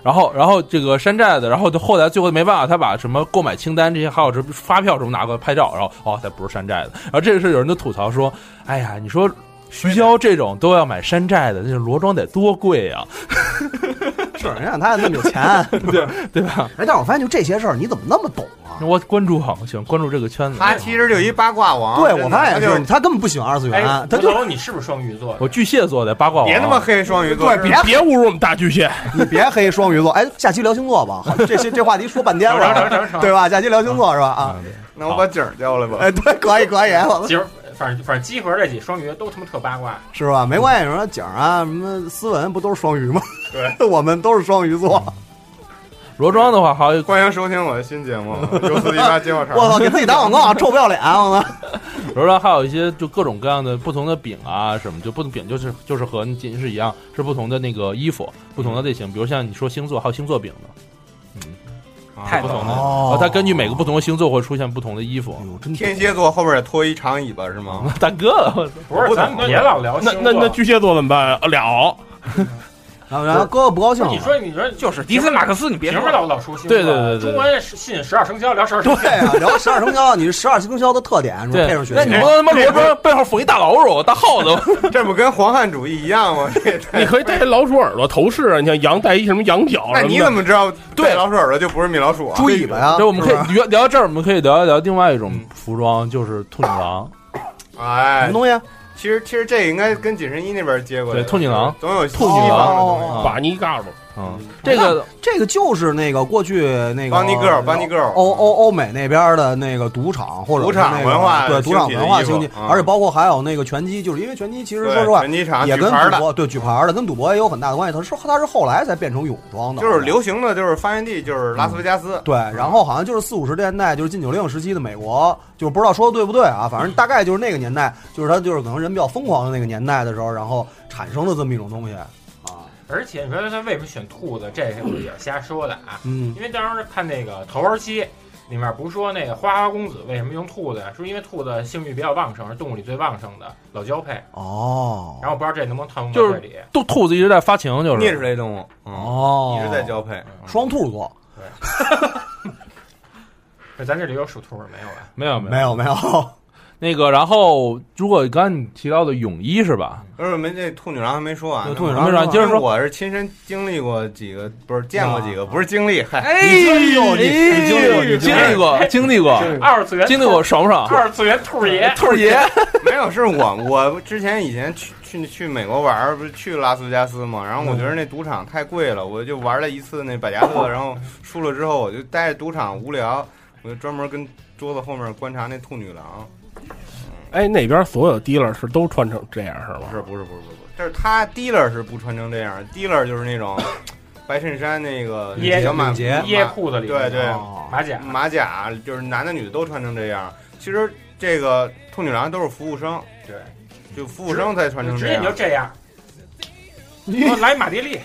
然后然后这个山寨的，然后就后来最后没办法，他把什么购买清单这些还有这发票什么拿过来拍照，然后哦，他不是山寨的，然后这个事儿有人就吐槽说，哎呀，你说。徐娇这种都要买山寨的，那罗装得多贵啊！
是人家他那么有钱，
对对吧？
哎，但是我发现就这些事儿，你怎么那么懂啊？
那我关注好，喜欢关注这个圈子。
他其实就一八卦王。
哎对
真的
我发现
他
也，
就是
他根本不喜欢二次元，啊他就
哎你是不是双鱼座？
我巨蟹座的八卦王，啊
别那么黑双鱼座，
哦
嗯
对，别
别侮辱我们大巨蟹，
你别黑双鱼座。哎，下期聊星座吧，这这这话题说半天了，对吧？下期聊星座是吧？啊，
那我把景儿叫来吧。
哎，对，可以可以，我们
其实反正反正鸡和这几双鱼都他妈特八卦，
是吧？没关系，什么景儿啊，什么思文不都是双鱼吗？
对，
我们都是双鱼座。
罗庄的话，还有
欢迎收听我的新节 目《由四一八接话茬》。
我操，给自己打广告啊，臭不要脸！我操，
然后还有一些就各种各样的不同的饼啊什么，就不同饼就是就是和锦是一样，是不同的那个衣服，不同的类型。比如像你说星座，还有星座饼呢，
太
不同的。
哦
它根据每个不同的星座会出现不同的衣服。
哎天蝎座后边也拖一长尾巴是 吗？
大哥，我
不是咱别老聊
那
星
那
座
那巨蟹座怎么办啊？了，
然后然后哥哥不高兴
你
了。
说你说
就是迪斯马克思，你别
凭什么
说
老老出星座？
对对对对对
中国人信十二生肖，聊十二生
对
肖。
啊，聊十二生肖，你是十二生肖的特点，是吧？配上
对
学，
那你
习，
不能他妈罗 庄背后缝一大老鼠、大耗子，
这不跟黄汉主义一样 吗？ 这也太
你可以戴老鼠耳朵头饰啊，你像羊戴一什么羊角
那
什
哎你
么
怎
的。
么知道
对
戴老鼠耳朵就不是米老鼠啊？
猪尾巴呀。
对，我们可
是吧
以聊聊到这儿，我们可以聊一聊另外一种服装，就是兔女郎。
什
哎
么，东西啊？
其实其实这应该跟紧身衣那边接过来。
对兔女郎，
总有
兔女郎
郎
把尼嘎鲁，
啊嗯，这个
这个就是那个过去那个
邦尼 girl，邦尼 girl
欧欧欧美那边的那个赌场或者是
赌场
那个
文化
对
兴
赌场
起
文
的
化
衣服
兴起，
嗯
而且包括还有那个拳击，就是因为拳击其实
对
说实话
拳击场
也跟
啊举牌
赌
的
博对举牌的跟赌博也有很大的关系，它是它是后来才变成泳装的，
就是流行的就是发源地就是拉斯维加斯，
对，然后好像就是四五十年代，就是禁酒令时期的美国，就是不知道说的对不对啊，反正大概就是那个年代，就是他就是可能人比较疯狂的那个年代的时候，然后产生的这么一种东西啊，
而且你说他为什么选兔子？这是我也是瞎说的啊。
嗯，
因为当时看那个《头儿七》，里面不是说那个花花公子为什么用兔子呀？说因为兔子性欲比较旺盛，是动物里最旺盛的老交配。
哦
然后我不知道这能不能套用到
就是
这里。
兔兔子一直在发情，就
啮齿
是
类动物，嗯，
哦
一直在交
嗯
配。
双兔座，
那咱这里有属兔的没有啊？
没有没有
没有没有，
那个。然后，如果刚才你提到的泳衣是吧？
而且没这兔女郎还没说完呢，
兔女
没
郎
事啊，你接着
因为
说。
我是亲身经历过几个，不是见过几个，不是经历，嗨，
哎，
哎
你经历过，你经历过，经历过，
二次元
经历过，爽不爽？
二次元兔儿爷，
兔爷，
没有，是我我之前以前去去去美国玩儿，不是去拉斯维加斯嘛，然后我觉得那赌场太贵了，我就玩了一次那百家乐，然后输了之后我就待着赌场无聊，我就专门跟桌子后面观察那兔女郎，
哎，那边所有 dealer 是都穿成这样是
不
吗？
是不是不是不是，不是但是他 dealer 是不穿成这样，dealer 就是那种白衬衫那个
掖
小马嗯
领结
掖裤子 里
对对
哦
马甲。
马甲，就是男的女的都穿成这样，其实这个兔女郎都是服务生，
对，
就服务生才穿成
直
这
接
样
你就，这样。我来马爹利，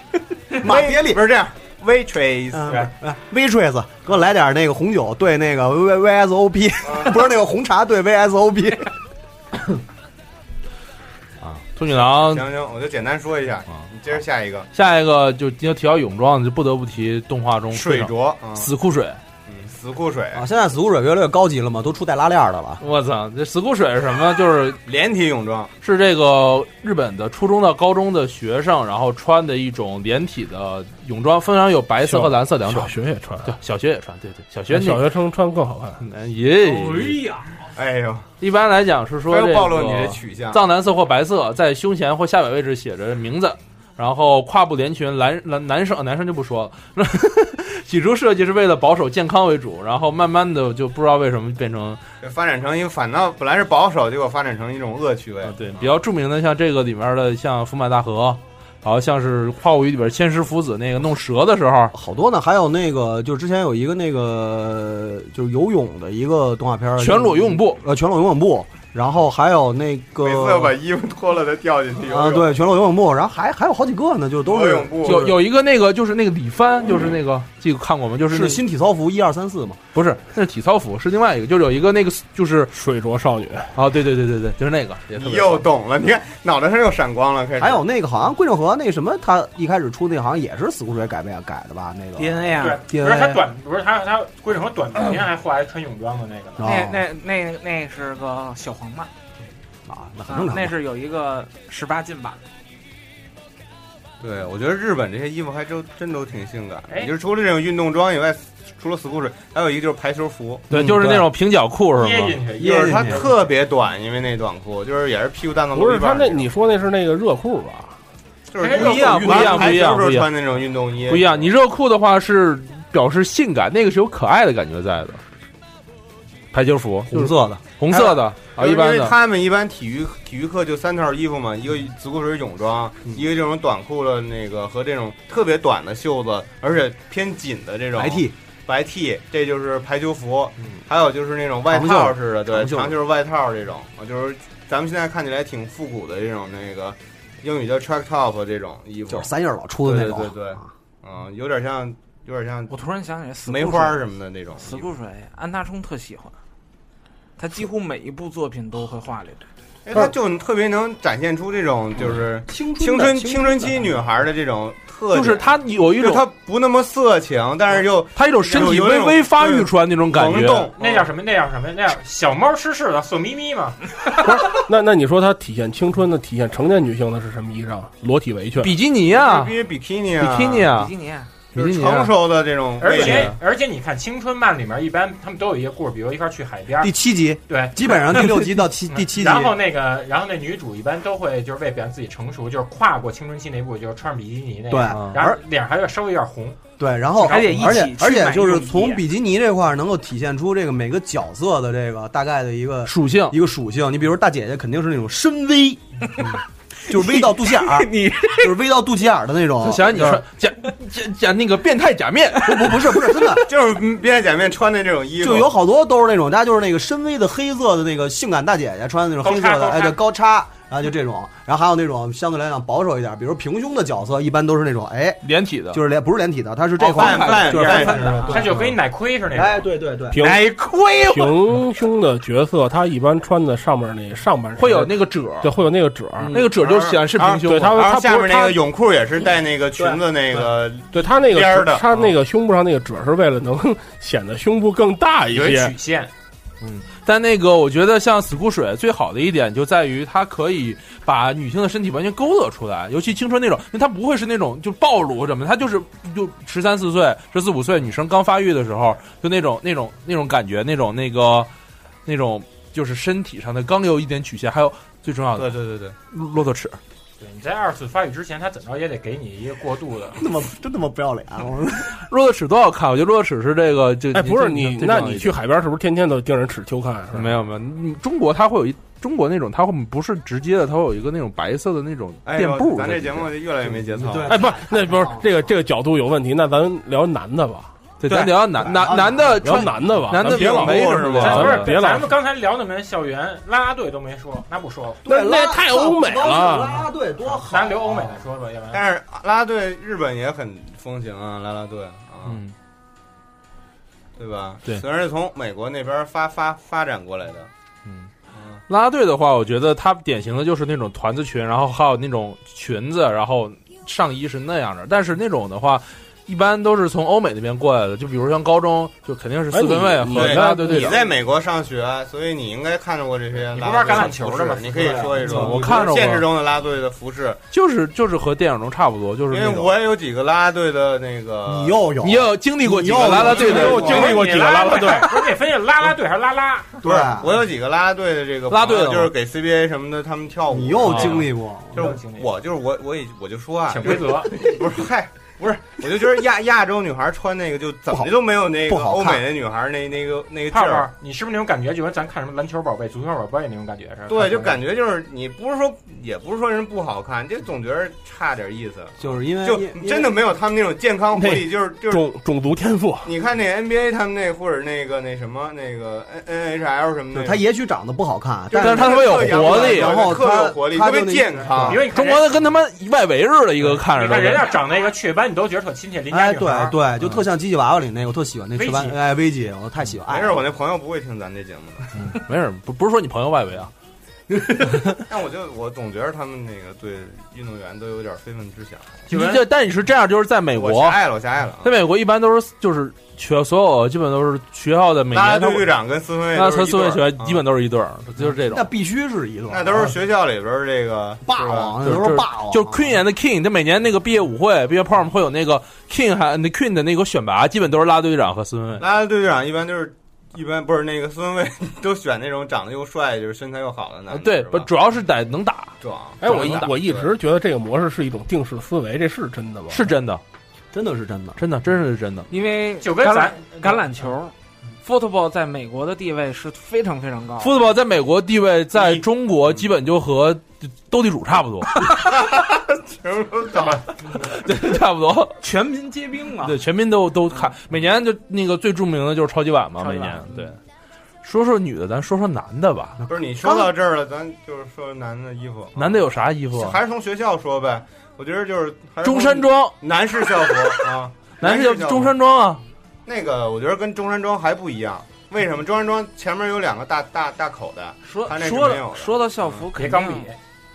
马爹利
不是这样，waitress。
嗯，Waitress，给我来点那个红酒兑那个 V V S O P，
嗯
不 是那个红茶兑 V S O P。
兔女郎。
行行，我就简单说一下，
啊
你接着下一个
下一个就要提到泳装，就不得不提动画中非
水
常
着，嗯
死酷水，
嗯，死死库水
啊，现在死库水越来越高级了嘛，都出带拉链的了。
我操，这死库水是什么？就是
连体泳装，
是这个日本的初中到高中的学生，然后穿的一种连体的泳装，分常有白色和蓝色两种。
小学也穿，啊
对，小学也穿，对对，小学
小学生穿更好看。
那耶，
呀，
哎呦，
一般来讲是说
不
这
要
个
暴露你的取向
藏蓝色或白色，在胸前或下摆位置写着名字，然后胯部连裙，男男男生男生就不说了。 起初设计是为了保守健康为主，然后慢慢的就不知道为什么变成
这发展成一个反倒本来是保守，结果发展成一种恶趣味。
啊对比较著名的，像这个里面的像福满大河，然后像是《花物语》里边千石福子那个弄蛇的时候，
好多呢，还有那个，就是之前有一个那个就是游泳的一个动画片儿，
全裸游泳部，
呃，全裸游泳部，然后还有那个
每次要把衣服脱了再掉进去游
啊，
泳，
对，全裸游泳部，然后还还有好几个呢，就都
游
是
泳部
有有一个那个就是那个李帆，就是那个这个看过吗？就是那
是
个
新体操服一二三四嘛，
不是那是体操服，是另外一个，就是有一个那个就是
水着少女，
啊，对对对对对，就是那个也特
你
别
又懂了，你看脑袋上又闪光了，开始
还有那个好像桂正和那什么，他一开始出那好像也是死库水改编改的吧，那个
DNA 啊，
不
DNA
是他短，不是他他为什么短裙还后来穿泳装的那个呢？
那
哦
啊
那那那是个小黄漫，
啊，那很
啊
正常嘛，
那是有一个十八禁版，
对，我觉得日本这些衣服还都真都挺性感。
哎
也就是除了这种运动装以外，除了 school 还有一个就是排球服，
嗯对，就是那种平角裤是
掖
吗？
进去，掖
就是
进
它
去
特别短，因为那短裤就是也是屁股蛋子
不
露
是
一
他
半
那你说那是那个热裤吧？
就是
不一样不一样
排球时
不
候
一样
穿那种运动衣
不一样，你热裤的话是表示性感，那个是有可爱的感觉在的。排球服就
红
是
色的，
红色的啊，
就是
一般
因为
的
他们一般体育体育课就三套衣服嘛，一个足够水泳装，
嗯
一个这种短裤的那个和这种特别短的袖子，而且偏紧的这种
白 T
白 T，这就是排球服，还有就是那种外套似的，对，
长袖
长袖外套这种，啊就是咱们现在看起来挺复古的这种那个英语叫 track top 这种衣服
就是，三叶老出的那种，
对对对对
啊
嗯，有点像有点像
我突然想起来死
梅
库
花
水
什么的那种
死
衣
库
服。
水，安大冲特喜欢，他几乎每一部作品都会画里头。
哎，它就特别能展现出这种就是
青
青
春
春
的
青春期女孩的这种特
就
点，
是它有一
就
种
它不那么色情，但是又
它一种身体微微发育出来那种感
萌
觉，
动。
那叫什么？那叫什么？那叫小猫吃柿子，色眯眯嘛。
那那你说它体现青春的、体现成年女性的是什么衣裳？裸体围裙。
比基尼啊，
必须比基尼
比
啊，
基尼
比
啊，
基尼，
就
比
是
基尼
成
啊。
熟的这种
而
味
且
道。
而且你看青春漫里面，一般他们都有一个故事，比如一块儿去海边儿
第，七集，
对，
基本上第六集到 七第七集，
然后那个，然后那女主一般都会就是为表现自己成熟，就是跨过青春期那一步，就是穿上比基尼那
对
个，
啊
然后脸上还会稍微有点红。
对，然后
还得一起
而且
去
而且
买
就是
泳衣
从比基尼这块儿能够体现出这个每个角色的这个大概的一个
属性
一个属性。你比如说大姐姐肯定是那种 深 V，就是 V 到肚脐眼儿，
你
就是 V 到肚脐眼儿的那种。
想想你穿假假假那个变态假面，
不不不是不是真 的，
就是变态假面穿的这种衣服，
就有好多都是那种，大家就是那个深 V 的黑色的那个性感大姐姐穿的那种黑色的，
高叉
哎对高叉，然后就这种，然后还有那种相对来讲保守一点，比如平胸的角色一般都是那种哎，
连体的，
就是连不是连体的，它是这块
半半
就是
半
半
半
它就跟奶盔似的那
哎
种。
对对对，
平
哎，亏
平胸的角色，她一般穿的上面那上半身
会有那个嗯褶儿，
对会有那个褶儿。
那个褶儿就显示平胸
对，她
嘛。
然
她
后
不
下面
是
那
她
个泳裤也是带那个裙子那个
对她那
边儿
个
的
她那个胸部上那个褶儿是为了能 显得胸部更大一
有一
些。
曲线，
但那个我觉得像死库水最好的一点就在于它可以把女性的身体完全勾勒出来，尤其青春那种，因为它不会是那种就暴露什么，它就是就十三四岁、十四五岁女生刚发育的时候，就那种那种那种感觉，那种那个那种就是身体上的刚有一点曲线，还有最重要的
对对对对，
骆驼齿，
对你在二次发育之前，他怎么着也得给你一个过渡的。
那么真他妈不要脸，啊我
骆驼齿多好看！我觉得骆驼齿是这个就
哎，不是你，
这
那
这
你去海边是不是天天都盯着尺秋看啊？是吧
没有没有，你中国它会有一中国那种，它会不是直接的，它会有一个那种白色的那种
哎
垫
呦
布
咱
在里面。
这节目就越来越没节操。
对
哎，不是，那不是这个这个角度有问题，那咱聊男的吧，
对，啊咱聊男男男的
聊
穿
男的吧，
男的
咱别往
没
没
有
什么
是吧
聊
咱
的
不
别
是，
老
咱们刚才聊那么校园啦啦队都没说，那不说了，
那那太欧美了，
拉队多好，啊
咱留欧美再说吧，要不然
但是啦啦队日本也很风行啊，啦啦队啊，
嗯，
对吧？
对
虽然是从美国那边发发发展过来的，
嗯
嗯
啦啦队的话，我觉得它典型的就是那种团子裙，然后还有那种裙子，然后上衣是那样的。但是那种的话，一般都是从欧美那边过来的，就比如像高中，就肯定是四分卫
哎你
和拉队队
你
长。
在美国上学，所以你应该看到过这些。
你
拉
不玩
队
橄
的
榄球
服
的吗
饰你可以说一说。
我看着过
现实中的拉队的服饰，
就是就是和电影中差不多，就是
因
那
为
种。
我也有几个拉队的那个。
你又有
你有经历过几个拉拉队的？
不是得分析拉拉队还是拉拉？
不是，我有几个拉拉队的这个
拉队的吗
就是给 CBA 什么的他们跳舞。
你又经历过
就是我就是我我已我就说啊，
潜规则
就是不是嗨。不是，我就觉得亚 亚洲女孩穿那个就怎么就没有那个
不好
欧
看
美的女孩那那个那个劲
泡
儿
泡。，你是不是那种感觉？就跟咱看什么篮球宝贝、足球宝贝那种感觉似的？
对，就感觉就是你不是说，也不是说人不好看，就总觉得差点意思。
就是因为
就真的没有他们那种健康活力，
那
就是就是。
种种族天赋，
你看那 NBA 他们那或者那个那什么那个 N NHL 什么
就是
的，
他也许长得不好看，
但
是
是他特有活力
然后
特
他
有活力
他
特别
就那
健康
因为你看
中国的跟他妈外围似的，一个看着
你
都
看
是
人家长那个雀斑，你都觉得特亲切，邻家
哎，
女
对
孩儿。
对，就特像机器娃娃里那个，我特喜欢那
危
石斑，
机
哎，危机，我太喜欢。
嗯没事，我那朋友不会听咱这节目的。
没事，不不是说你朋友外围啊，
但我就我总觉得他们那个对运动员都有点非分之想。
你这但你是这样，就是在美
我
国
狭，隘了，我狭隘了。啊
在美国一般都是就是学所有基本都是学校的每
拉拉
年
队
他
队长跟四分卫
那
都是
和
一
四位
对儿啊
学基本都是一对儿，就是这种
那。必须是一个，啊
那都是学校里边儿这个霸
王
就是就是 Queen and King，他每年那个毕业舞会、毕业 prom 会有那个 King 还 Queen 的那个选拔，基本都是拉队长和四分卫。
拉拉队队长一般就是一般不是那个孙文卫都选那种长得又帅，就是身材又好的男的。
呃啊对，不主要是得能打，
壮。
哎，我一
壮
我一直觉得这个模式是一种定式思维，这是真的吗？
是真的，
真的是真的，
真的真是真的。
因为
就跟
橄
咱
榄橄榄球，football 在美国的地位是非常非常高的。
football 在美国地位，在中国基本就和斗地主差不多，
全都长
对，差不多。
全民啊皆兵嘛，
对，全民都都看，每年就那个最著名的就是超级碗嘛，
超
每
级碗
年对。说说女的，咱说说男的吧。
不是你说到这儿了，咱就是说男的衣服，
男的有啥衣服啊？
还是从学校说呗。我觉得就是还是从
中山装，
男士校服啊，
男
士
的
校服
中山装啊，
那个，我觉得跟中山装还不一样。为什么中山装前面有两个大大大口袋？
说
他那是
说
没有
了
的
说到校服，肯
嗯别钢
定
笔，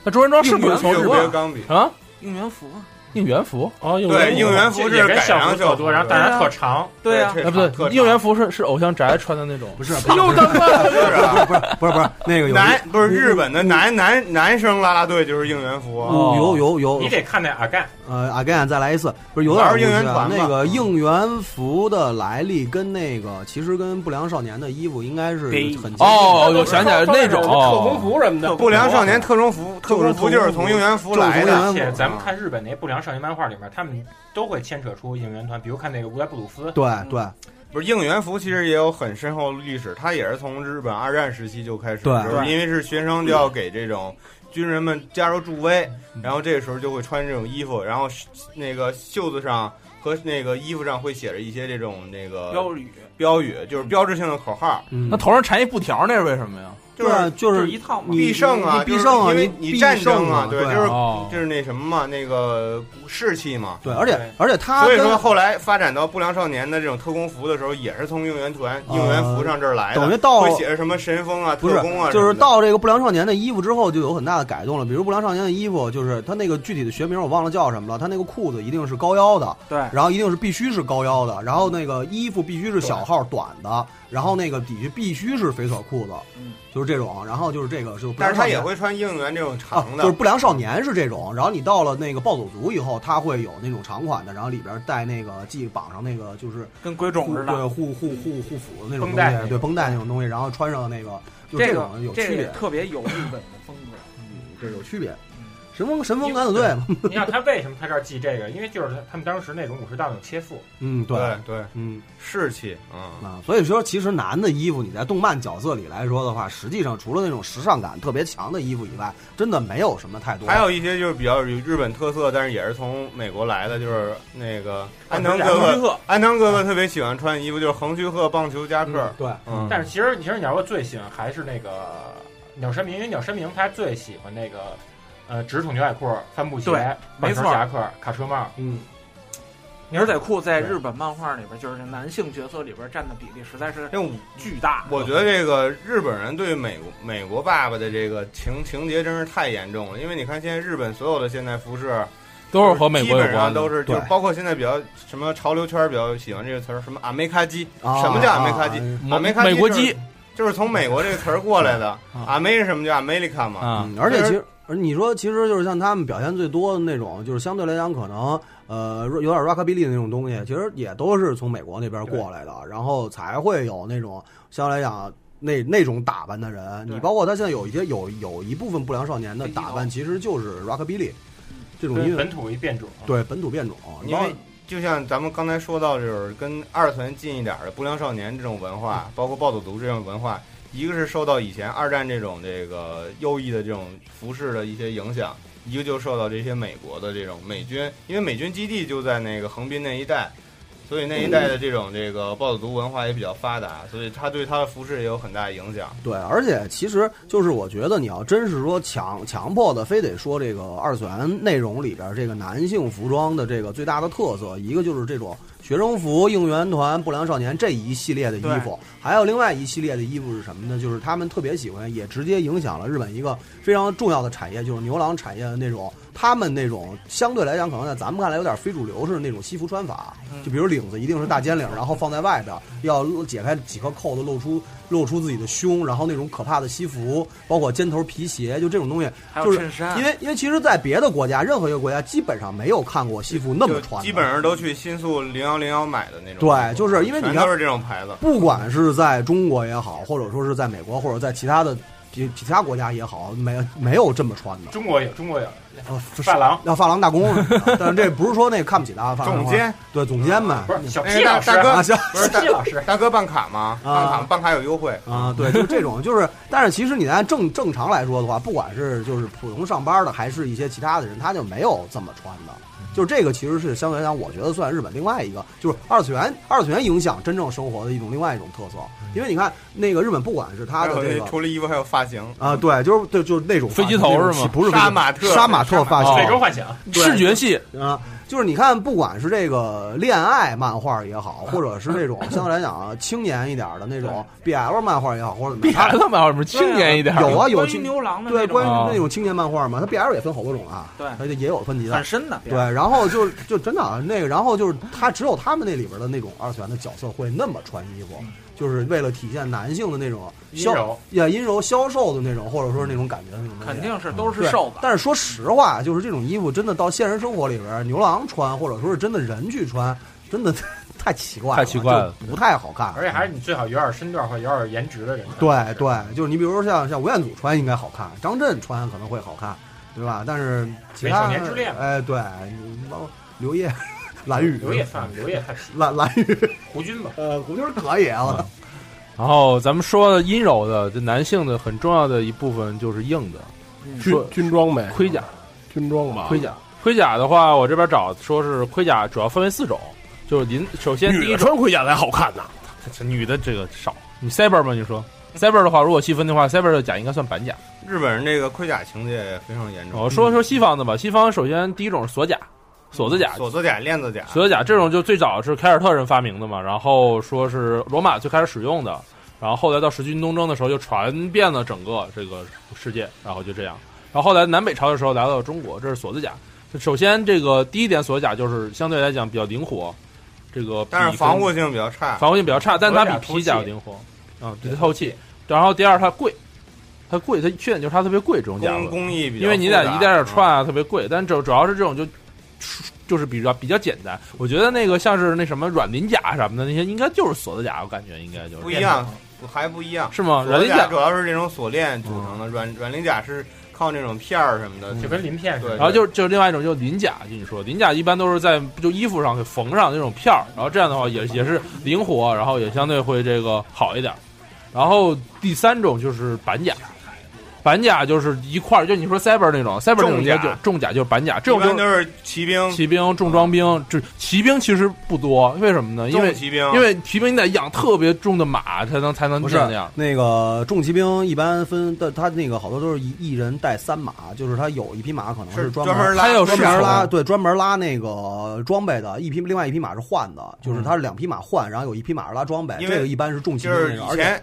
那中山装是
应
不是
援
从日
就
本
别
服啊，
钢笔，
啊？
应援服啊，
应援服
啊，应
对，
援
应
服
援服
也
是
跟
改
校
良
服差不多，然后但
是
是它特长，
对呀，
啊，不对，应援服是是偶像宅穿的那种，啊
不是
又他妈
服是 啊。
不是不是不是那个有
男不是日本的男男男生啦啦队就是应援服啊，
哦
有有有
你得看那阿干，
呃，again 再来一次，不是有点
玩儿应援
不是
团吧
啊
嗯
那个应援服的来历跟那个其实跟不良少年的衣服应该是
对
很接近的
哦，我想起来了那种哦
特工服什么
嗯
的，
不良少年特工服，特工服就是从应援服来
就是从应援
的。
服
而且咱们看日本那不良少年漫画里面，他们都会牵扯出应援团，比如看那个乌拉布鲁斯，
对对
不是应援服，其实也有很深厚的历史，它也是从日本二战时期就开始，
对
就是因为是学生就要给这种军人们加入助威，
嗯
然后这个时候就会穿这种衣服，然后是那个袖子上和那个衣服上会写着一些这种那个
标语，
标语，就是
嗯
标志性的口号，
嗯那头上缠一布条，那是为什么呀？
就是
对就
就是
是
一套嘛。
你
必胜啊，
你必胜啊
就是因为
你
你战争
必胜啊
对，
对
就是
哦
就是那什么嘛，那个士气嘛。
啊对，而且
对
而且他
所以
跟
说，后来发展到不良少年的这种特工服的时候，也是从应援团、
呃
应援服上这儿来的，
等于到
会写着什么神风啊、
不是
特工啊，
就是
什么的
到这个不良少年的衣服之后就有很大的改动了，比如不良少年的衣服就是他那个具体的学名我忘了叫什么了，他那个裤子一定是高腰的，
对，
然后一定是必须是高腰的，然后那个衣服必须是小号短的，然后那个底下必须是绯色裤子，
嗯
就是这种，然后就是这个就不
但
良
是
少
他
年
也会穿应援这种
啊
长，的，
就是不良少年是这种，然后你到了那个暴走族以后，他会有那种长款的，然后里边带那个系绑上那个就是
跟鬼冢
护
似
对
的。
护护护护腹的那种
绷
东
带那
西，对绷带那种东西，然后穿上那个就这
个
种有
这
区
个
别，嗯
特别有日本的风格，
这有区别。神风神风敢死队嘛，
你想他为什么他这儿记这个？因为就是他们当时那种武士道那种切腹，
嗯，对，
对对
嗯
士气啊。
啊，所以说其实男的衣服你在动漫角色里来说的话，实际上除了那种时尚感特别强的衣服以外，真的没有什么太多。
还有一些就是比较有日本特色，但是也是从美国来的，就是那个
啊
安藤哥
横
哥，
须贺
安藤哥哥特别喜欢穿衣服，就是横须贺棒球夹克
嗯，对，
嗯，
但是其实其实你要说最喜欢还是那个鸟山明，因为鸟山明他最喜欢那个呃直筒牛仔裤、帆布鞋
对、
棒
没
球
错
夹克、卡车帽，
嗯，
牛仔裤在日本漫画里边，就是男性角色里边占的比例实在是
因为
巨大。
我觉得这个日本人对美国美国爸爸的这个情情节真是太严重了，因为你看现在日本所有的现代服饰，
都是和美国有
基
关
本上都是，
对
就是包括现在比较什么潮流圈比较喜欢这个词儿，什么阿梅卡鸡，
啊
什么叫阿梅卡鸡
啊？
阿梅卡鸡
美国
就是
鸡，
就是从美国这个词儿过来的。阿梅是什么叫 America 嘛
啊哦
嗯？而且
就
其
啊是
实，而你说其实就是像他们表现最多的那种，就是相对来讲可能呃有点 rockabilly 的那种东西，其实也都是从美国那边过来的，然后才会有那种相对来讲。那那种打扮的人，你包括他现在有一些有有一部分不良少年的打扮，其实就是 rockabilly 这种音乐
本土一变种，
对本土变种，你
嗯因
包
为就像咱们刚才说到，就是跟二次元近一点儿的不良少年这种文化，包括暴走族这种文化，一个是受到以前二战这种这个右翼的这种服饰的一些影响，一个就受到这些美国的这种美军，因为美军基地就在那个横滨那一带。所以那一带的这种这个暴走族文化也比较发达，所以他对他的服饰也有很大影响。
对，而且其实就是我觉得你要真是说强强迫的，非得说这个二次元内容里边这个男性服装的这个最大的特色，一个就是这种学生服、应援团、不良少年这一系列的衣服，还有另外一系列的衣服是什么呢？就是他们特别喜欢，也直接影响了日本一个非常重要的产业，就是牛郎产业的那种。他们那种相对来讲，可能在咱们看来有点非主流式的那种西服穿法，
嗯
就比如领子一定是大尖领，然后放在外边，要露解开几颗扣子，露出露出自己的胸，然后那种可怕的西服，包括尖头皮鞋，就这种东西，
还有
就是
衬衫
因为因为其实，在别的国家，任何一个国家基本上没有看过西服那么穿的，
基本上都去新宿零幺零幺买的那种。
对，就是因为你
全
看
都是这种牌子。
不管是在中国也好，或者说是在美国，或者在其他的其其他国家也好，没有没有这么穿的。
中国有，中国有，
呃，
发廊
要发 廊大工，但是这不是说那看不起大家发廊啊
总监
对总监们，
不是小
那
P
个大
老师
大哥
啊行
不是大
老师，
大哥办卡吗？
啊
办卡办卡有优惠
啊，对，就这种，就是，但是其实你按正正常来说的话，不管是就是普通上班的，还是一些其他的人，他就没有这么穿的。
嗯
就是这个其实是相对来讲，我觉得算日本另外一个，就是二次元二次元影响真正生活的一种另外一种特色。因为你看那个日本，不管是
嗯
他
还
的
有
这
那
个
除了衣服还有发型
啊，对，就是对，就是那种
飞机
发
头
那种
是吗
起不是飞机
杀马特
杀马特发型，
哦美洲
幻想
对
视觉系
啊，就是你看，不管是这个恋爱漫画也好，或者是这 种相对来讲啊青年一点的那种 BL 漫画也好，或者怎么
比
样
孩子们有什么青年一点儿？
有啊，有
关于
青
牛郎的
对，
那种
关于
啊
那种青年漫画嘛，它 BL 也分好多种啊，
对
它也有分级的
很。深的，
对，然后就就真的啊那个，然后就是他只有他们那里边的那种二次元的角色会那么穿衣服，就是为了体现男性的那种
阴
消
柔
也阴柔消瘦的那种，或者说是那种感觉的那种东西。
肯定是都是
对
瘦子，
但是说实话，就是这种衣服真的到现实生活里边儿，牛郎穿或者说是真的人去穿，真的 太奇怪了，
太奇怪了
就不太好看。
而且还是你最好有点身段或者有点颜值的人。
对对，就是你比如说像像吴彦祖穿应该好看，张震穿可能会好看，对吧？但是其他
美少年之恋
哎，对，你包括刘烨、 蓝宇、
刘烨算了，刘烨太细，
蓝蓝宇，
胡军吧，
呃，胡军儿可以啊，
然后咱们说的阴柔的，这男性的很重要的一部分就是硬的
军军装呗，
盔甲。
军装吧，
盔甲，盔甲的话，我这边找说是盔甲主要分为四种，就是临首先第
女
一
的
种
穿盔甲才好看呢。
女的这个少，你 cyber 吗？你说 cyber 的话，如果细分的话，cyber 的甲应该算板甲。
日本人这个盔甲情节也非常严重。
我说说西方的吧，西方首先第一种是锁甲，锁子甲，
锁子甲、链子甲，
锁子甲这种就最早是凯尔特人发明的嘛，然后说是罗马最开始使用的，然后后来到十字军东征的时候就传遍了整个这个世界，然后就这样，然后后来南北朝的时候来到了中国，这是锁子甲。首先，这个第一点锁子甲就是相对来讲比较灵活，这个比
但是防护
跟
性比较差。
防护性比较差，但它比
锁甲透
皮甲
气
要灵活啊，对，透气。然后第二，它贵，它贵，它缺点就是它特别贵，这种甲
工
子。
工艺比较复杂，
因为你得一点点串啊，特别贵。但主主要是这种就就是比较比较简单。我觉得那个像是那什么软鳞甲什么的那些，应该就是锁子甲，我感觉应该就是
嗯不一样，还不一样。
是吗？
锁
软
子
鳞
甲
甲
主，要是这种锁链组成的，
嗯
软软鳞甲是靠那种片儿什么的。
就跟鳞片似的。
对
然后就是就是另外一种就是鳞甲，就你说鳞甲一般都是在就衣服上给缝上那种片儿，然后这样的话也也是灵活，然后也相对会这个好一点。然后第三种就是板甲。板甲就是一块儿，就你说 cyber 那种 cyber 那种应该就
重甲
重甲就是板甲，这
一
种就
般都
是
是骑兵，
骑兵、重装兵，这骑兵其实不多，为什么呢？因为
重骑兵，
因为骑兵你得养特别重的马才能才能
不
这
嗯是
样。
那个重骑兵一般分，但他那个好多都是一一人带三马，就是他有一匹马可能
是
专
专门拉
他有
专
是
门
手
啊
拉对专门拉那个装备的，一匹另外一匹马是换的，就是他是两匹马换，然后有一匹马是拉装备，
嗯因为
这个一般是重骑
就
兵那
是
个，
以
而且
前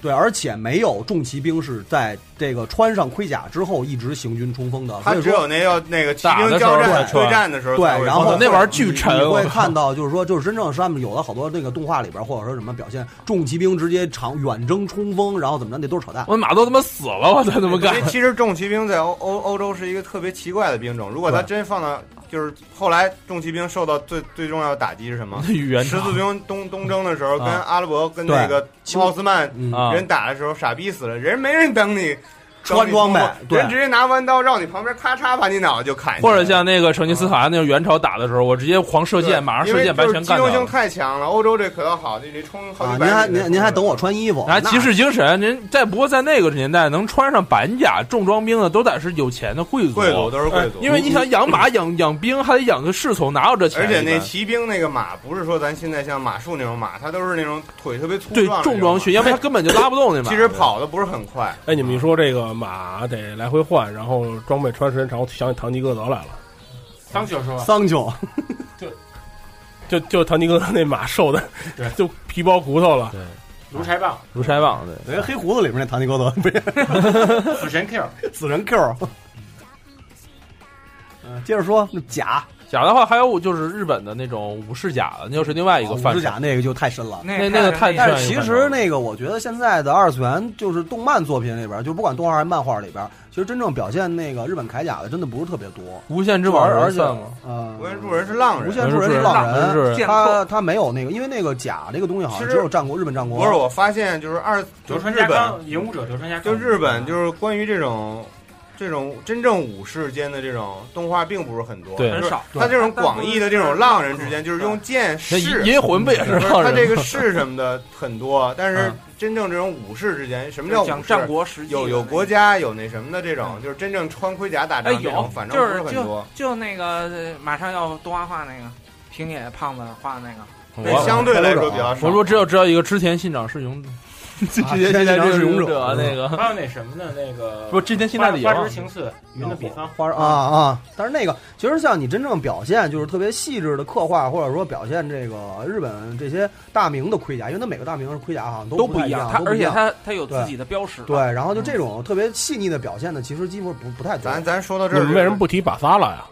对，而且没有重骑兵是在这个穿上盔甲之后一直行军冲锋的，
他
所以
只
说
有那要那个骑
打
兵
的时
交
候
战
对
对战的时候才会，
对，然后
哦那
你你会看到就是说，就是真正是他们有的好多那个动画里边，或者说什么表现，重骑兵直接长远征冲锋，然后怎么着，那都是扯淡。
我马都他妈死了，我才那么干
因为。其实重骑兵在欧欧欧洲是一个特别奇怪的兵种，如果他真放到就是后来重骑兵受到最最重要的打击是什 么？
语言
十字军东东征的时候，
啊
跟阿拉伯跟那个奥斯曼
嗯
啊
人打的时候，傻逼死了，人没人等你。
穿装备
等你通过
对
人直接拿弯刀绕你旁边咔嚓把你脑袋就砍下来，
或者像那个成吉思汗那个元朝打的时候，我直接狂射
对
箭，马上射
因为
箭，把
就是
全
机
干
动
掉
性
了。
太强了，欧洲这可要好，这这冲好
啊，
几百
您还
米的
您您还等我穿衣服？
拿
那
骑士精神，您在不过在那个年代能穿上板甲重装兵的，都得是有钱的贵族，
贵族都是贵族
哎因为你想 养马、养养兵，还得养个侍从，哪有这钱？
而且
一
那
般
骑兵那个马不是说咱现在像马术那种马，它都是那种腿特别粗
对
壮的那种
重装训，要不然他根本就拉不动那 马。
其实跑的不是很快，
哎，你们一说这个马得来回换，然后装备穿时间长，我想起唐吉诃德来了。
桑丘说吧，啊
桑丘，
就就唐吉诃德那马瘦的，就皮包骨头了。
卢柴棒，
如柴棒对，
人黑胡子里面那唐吉诃德不是
死神 Q，
死人 Q。嗯，接着说那甲，
甲的话，还有就是日本的那种武士甲的，那又是另外一个范畴。
啊哦武士甲那个就太深了，
那那个太
但
太
是其实那个，我觉得现在的二次元就是动漫作品里边，就不管动画还是漫画里边，其实真正表现那个日本铠甲的真的不是特别多。
无限之王
而且
算吗
呃，
无限助人是浪人，
无限助人是浪
无限助
人，
人
他他没有那个，因为那个甲这个东西好像
其
只
实
有战国日本战国。啊
不是，我发现就是二就
德
是
川
日
家
本，
康，影武者德川家康，
就日本就是关于这种。这种真正武士间的这种动画并不是很多，
对
就是
很少
他这种广义的这种浪人之间，就是用剑
那
士，
银银魂不也 是浪人吗
他这个士什么的很多，但是
嗯
真正这种武士之间，什么叫武士
讲战国时期的
有有
那
国家有那什么的这种，就是真正穿盔甲打
哎
仗这
有
种，，反正
就
不是
是
很
就
多。
就那个呃马上要动画化那个平野胖子画的那个，
对相对来说比较少
我说只有只有一个之前信长是勇者，之前信长是勇
啊
嗯
者啊那个。
还有那什么的那个，
不之前现在的也
花
忘
花
了
之情似云的比方，
花啊啊！但是那个其实像你真正表现就是特别细致的刻画，或者说表现这个日本这些大名的盔甲，因为它每个大名的盔甲好像
都
不
不
太
一
一
样，它
它
而且它它有自己的标识。啊
对，然后就这种特别细腻的表现呢，其实几乎不不太多。
咱咱说到
你们为什么不提把萨拉呀？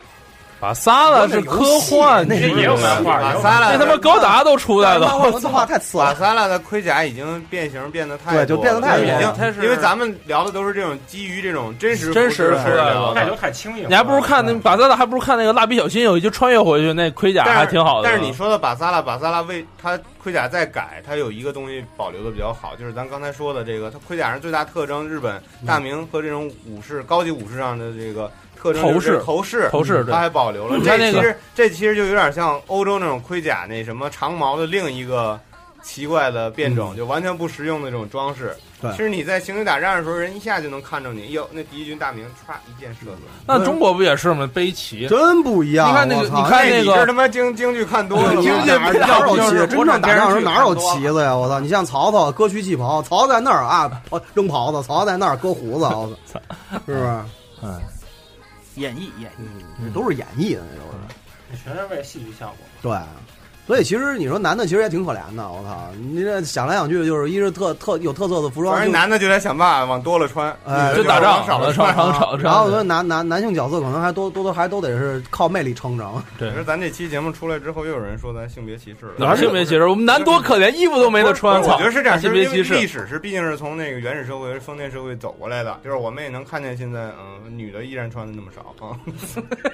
把萨拉是科幻，
那
这
是
也有漫画，也
马
有
萨拉
哎那他妈高达都出来
漫画
了，
文字化太次
瓦
了，
萨拉的盔甲已经变形变得太
对就变得太
多了
多了
已
它
经，
是
因为咱们聊的都是这种基于这种真实
真实
故
的
事
出来
的
了。
太流啊太轻盈，
你还不如看那把萨拉，还不如看那个蜡笔小新有一集穿越回去，那盔甲
但是
还挺好的。
但是你说的巴萨拉，巴萨拉为它盔甲再改，它有一个东西保留的比较好，就是咱刚才说的这个，它盔甲上最大特征，日本大明和这种武士、高级武士上的这个特征
头
就是
饰
头饰，
头饰对
它还保留了。这
它那
其
个
实这其实就有点像欧洲那种盔甲那什么长矛的另一个。奇怪的变种，
嗯
就完全不实用的这种装饰。
对
其实你在行军打仗的时候，人一下就能看着你。哟，那敌军大明歘一箭射死。
那中国不也是吗？背旗，
真不一样。
你看那个
我操
你看
哎
那
你
个呃
这他妈京京剧看多了吧，
京剧
哪儿
哪有旗？
就是
真
国
正
产
打仗的时候
电视剧
哪
看
有
多了
旗子呀？我操！你像曹操割须弃袍，曹操在那儿啊，袍扔袍子；曹操在那儿割胡子，我 操，是不是？
演绎演绎，
这都是演绎的，那都是。
全是为戏剧效果。
对，所以其其实你说男的其实也挺可怜的，我操！你这想来想去，就是一是特特有特色的服装，
反正
就
男的就得想办法往多了穿，女
哎
的
就打
往
仗呃
少了穿。
上场吵
然后我
仗
觉。得男男男性角色可能还多多多还都得是靠魅力撑着。
对
可是咱这期节目出来之后，又有人说咱性别歧视了，
哪儿性别歧视？我们男多可怜，衣服都没得穿。
我
操
觉得是这样，
性
是
别
因为
歧视。
历史是毕竟是从那个原始社会、封建社会走过来的，就是我们也能看见现在，嗯、女的依然穿的那么少啊。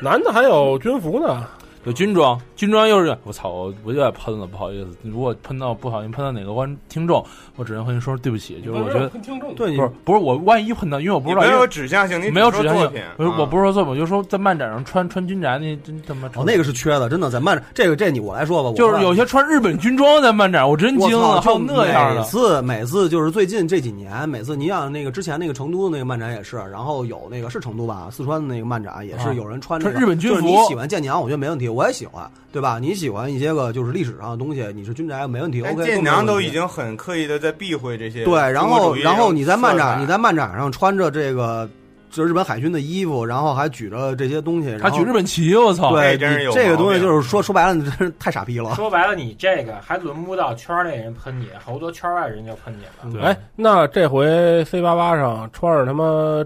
男的还有军服呢，
有军装，军装又是我操，我我有点喷了，不好意思。如果喷到不小心喷到哪个观听众，我只能和你说对不起。就是我觉得
对，你
不是不是我万一喷到，因为我不
你
知道，
没
因
有
为
指向性，你
没有
只说
指向
作
性
品，。
不是
啊
我不是说作品，我就说在漫展上穿穿军宅那真他妈丑
哦，那个是缺的，真的在漫这个这你我来说吧，我
就是
看
有些穿日本军装在漫展，我真
我
惊啊了，还有
操就
那样
每
的。
次每次就是最近这几年，每次你想那个之前那个成都那个漫展也是，然后有那个是成都吧，四川的那个漫展也
啊
是有人穿、那个
穿日本军服
就是你喜欢剑娘，我觉得没问题，我也喜欢，对吧？你喜欢一些个就是历史上的东西，你是军宅没问题
但
，OK。
舰哎娘都已。经很刻意的在避讳这些
对，然
中国
后
主义
然后你在漫
色彩
展，你在漫展上穿着这个就是日本海军的衣服，然后还举着这些东西，然
他
后
举日本旗，我操！
哎
对，你这个东西就是说说白了，你真是太傻逼了。
说白了，你这个还轮不到圈内人喷你，好多圈外人就喷你了。
哎，那这回 C 八八上穿着他妈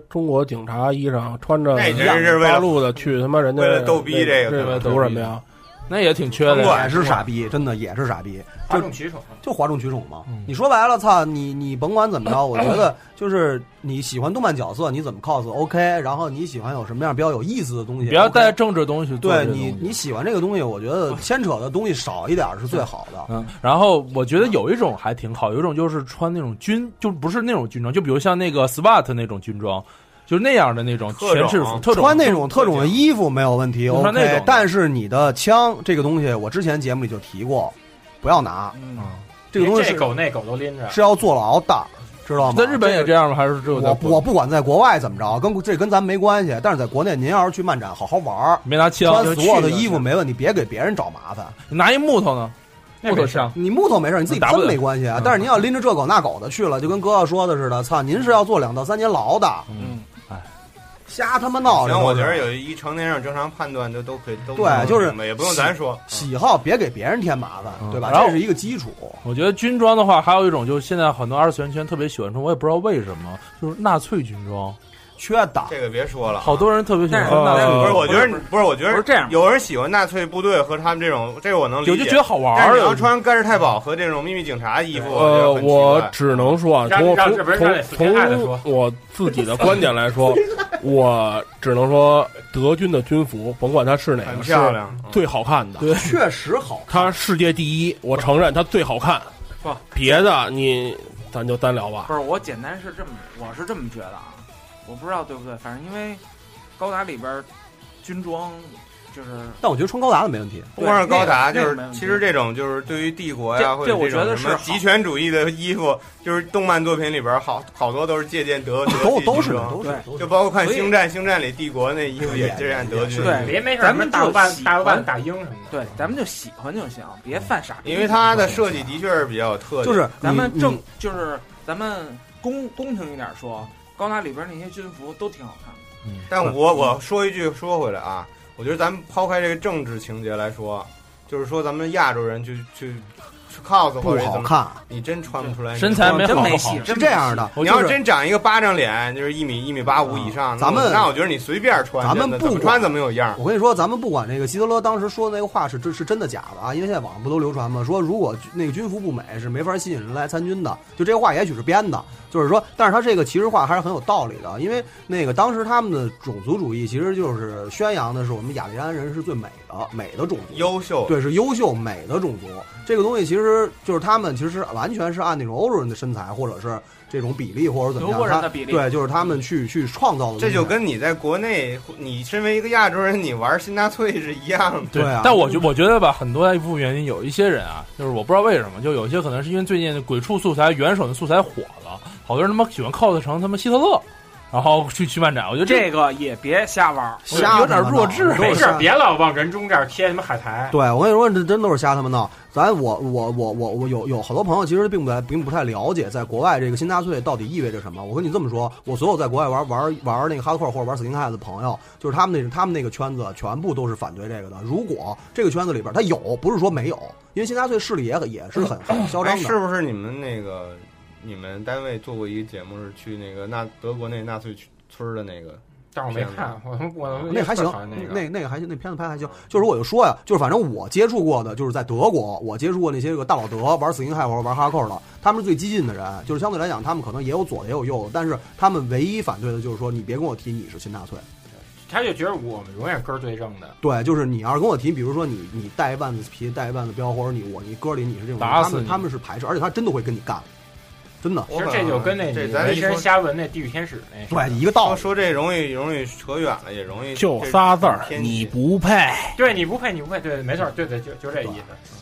中国警察衣裳，穿着
那真是为了
八路的去他妈人家
为了逗逼这个
这
对吧
图什么呀？
那也挺缺的
也是傻逼，真的也是傻逼，
哗众取宠。啊
就哗众取宠嘛。
嗯
你说白了，操你你甭管怎么着，我觉得就是你喜欢动漫角色，你怎么 cos OK，然后你喜欢有什么样比较有意思的东西，
不要
OK
带政治东西做这
对
东西。
你你喜欢这个东西，我觉 得牵扯的东西少一点是最好的。
嗯，然后我觉得有一种还挺好，有一种就是穿那种军，就不是那种军装，就比如像那个 SWAT 那种军装，就是那样的那种
特种
全制服，特种
穿那种特种的衣服没有问题
就穿那种
，OK
的。
但是你的枪这个东西，我之前节目里就提过，不要拿
嗯，
这个东西
这
是
狗那狗都拎着，
是要坐牢的，知道吗？
在日本也这样吗？还是只有在
我
国
我不管在国外怎么着，跟这跟咱没关系。但是在国内，您要是去漫展好好玩儿，
没拿枪
穿，所有的衣服没问题，别给别人找麻烦。
你拿一木头呢，
那
木
没
头
事
枪。
你木头没事，你自己
打不
喷
了嗯
没关系啊。但是您要拎着这狗那狗的去了，就跟哥哥说的似的，操，您是要坐两到三年牢的。哎
嗯，
瞎他妈闹！
行，
这啊
我
都
觉
是
得有一成年人正常判断就都可以都
对就是
也不用咱说，
喜好别给别人添麻烦，
嗯
对吧？
然后
这是一个基础。
我觉得军装的话，还有一种就是现在很多二次元圈特别喜欢穿，我也不知道为什么，就是纳粹军装，
缺档，
这个别说了。啊
好多人特别喜欢
啊
但
穿
是
纳粹
但
军
不是，
装，
我觉得你不是，我觉得
不是这样
有人喜欢纳粹部队和他们这种，这个我能理
有
解。
就觉得好玩
但是
儿
你要
啊。
穿盖世太保和这种秘密警察衣服，
呃，
我觉得
我
很奇
只能说啊，
让
从
让
从
这不是让
从
那死乞赖的说
从我自己的观点 来说，我只能说德军的军服，甭管它是哪
怪，很
个，
漂
是
亮。嗯
最好看的。
确实好看。
它世界第一，我承认它最好看
不。
别的你咱就单聊吧。
不是，我简单是这么，我是这么觉得啊，我不知道对不对，反正因为高达里边儿军装就是
但我觉得穿高达的没问题。
不光是高达，
对
就是
那个那个没问题
其实这种就是对于帝国呀，
这
或
这
者
我
这
觉得
种什么
是好
极权主义的衣服，就是动漫作品里边好好多都是借鉴德德
都
系
都是
军
的
装
都是的
对
都
就
是的。
包括看《
所以
星战》，《星战》里帝国那衣服也借鉴德军，
对
别没事，
咱们
大
就
鲁班
喜欢
大鲁班打鹰什么的。
对，咱们就喜欢就行，别犯傻逼。
因为它的设计的确是比较有特点。
就是
咱们
你
正
你
就是咱们公公平一点说，高达里边那些军服都挺好看的。
但我我说一句，说回来啊，我觉得咱们抛开这个政治情节来说，就是说咱们亚洲人去去去 cos 或
不
者
好
怎么，
看，
你真穿不出来
身材
你
没
真
好
没戏，
是
真
这样的。
你
就
要
是啊
真长一个巴掌脸，就是一米一米八五以上，
咱
那我
们
那我觉得你随便穿，
咱们
真的
不
怎么
管
穿怎么有样儿。
我跟你说，咱们不管那个希特勒当时说的那个话是真是真的假的啊，因为现在网上不都流传吗？说如果那个军服不美是没法吸引人来参军的，就这个话也许是编的，就是说，但是他这个其实话还是很有道理的，因为那个当时他们的种族主义其实就是宣扬的是我们雅利安人是最美的美的种族，
优秀，
对，是优秀美的种族。这个东西其实就是他们其实完全是按那种欧洲人的身材或者是这种比例或者怎么
德国
样，
人的
他
比例
对，就是他们去去创造的东西，
这就跟你在国内，你身为一个亚洲人，你玩新纳粹是一样的。
对啊
但我觉我觉得吧，很多一部分原因，有一些人啊，就是我不知道为什么，就有一些可能是因为最近的鬼畜素材、元首的素材火了，好多人他妈喜欢 cos 成他妈希特勒，然后去去漫展。我觉得
这个也别瞎玩儿。
瞎
有点
他妈
弱
闹
智
没事
瞎
儿，别老往人中这儿贴什么海苔。
对，我跟你说，这真都是瞎他妈闹。咱我我我我我有有好多朋友其实并不太并不太了解，在国外这个新纳粹到底意味着什么。我跟你这么说，我所有在国外玩玩玩那个哈克或者玩 skinhead 的朋友，就是他们那他们那个圈子全部都是反对这个的。如果这个圈子里边他有，不是说没有，因为新纳粹势力也很也是很很嚣
哎，
张的。
是不是你们那个你们单位做过一个节目，是去那个纳德国那纳粹区村儿的那个？
但是我没看，我我
啊
啊
那还行
我好像，那个
那那个还行，那片子拍得还行。就是我就说呀，就是反正我接触过的，就是在德国，我接触过那些个大老德玩死硬汉或者玩哈扣的，他们是最激进的人。就是相对来讲，他们可能也有左的，也有右的，但是他们唯一反对的就是说，你别跟我提你是新纳粹。
他就觉得我们永远歌最正的。
对，就是你要是跟我提，比如说你你带一腕子皮，带一腕子标，或者你我你歌里你是这种人，
打
他
死
们
你
他们是排斥，而且他真的会跟你干，真的。
其实这就跟那
这
你
咱
纹
一说
身瞎纹那地狱天使那
对，一个道
哦，
理。
说这容易容易扯远了，也容易
就
这
仨字儿，
偏激
你不配。
对你不配，你不配，对，没错，对对，就就这意思。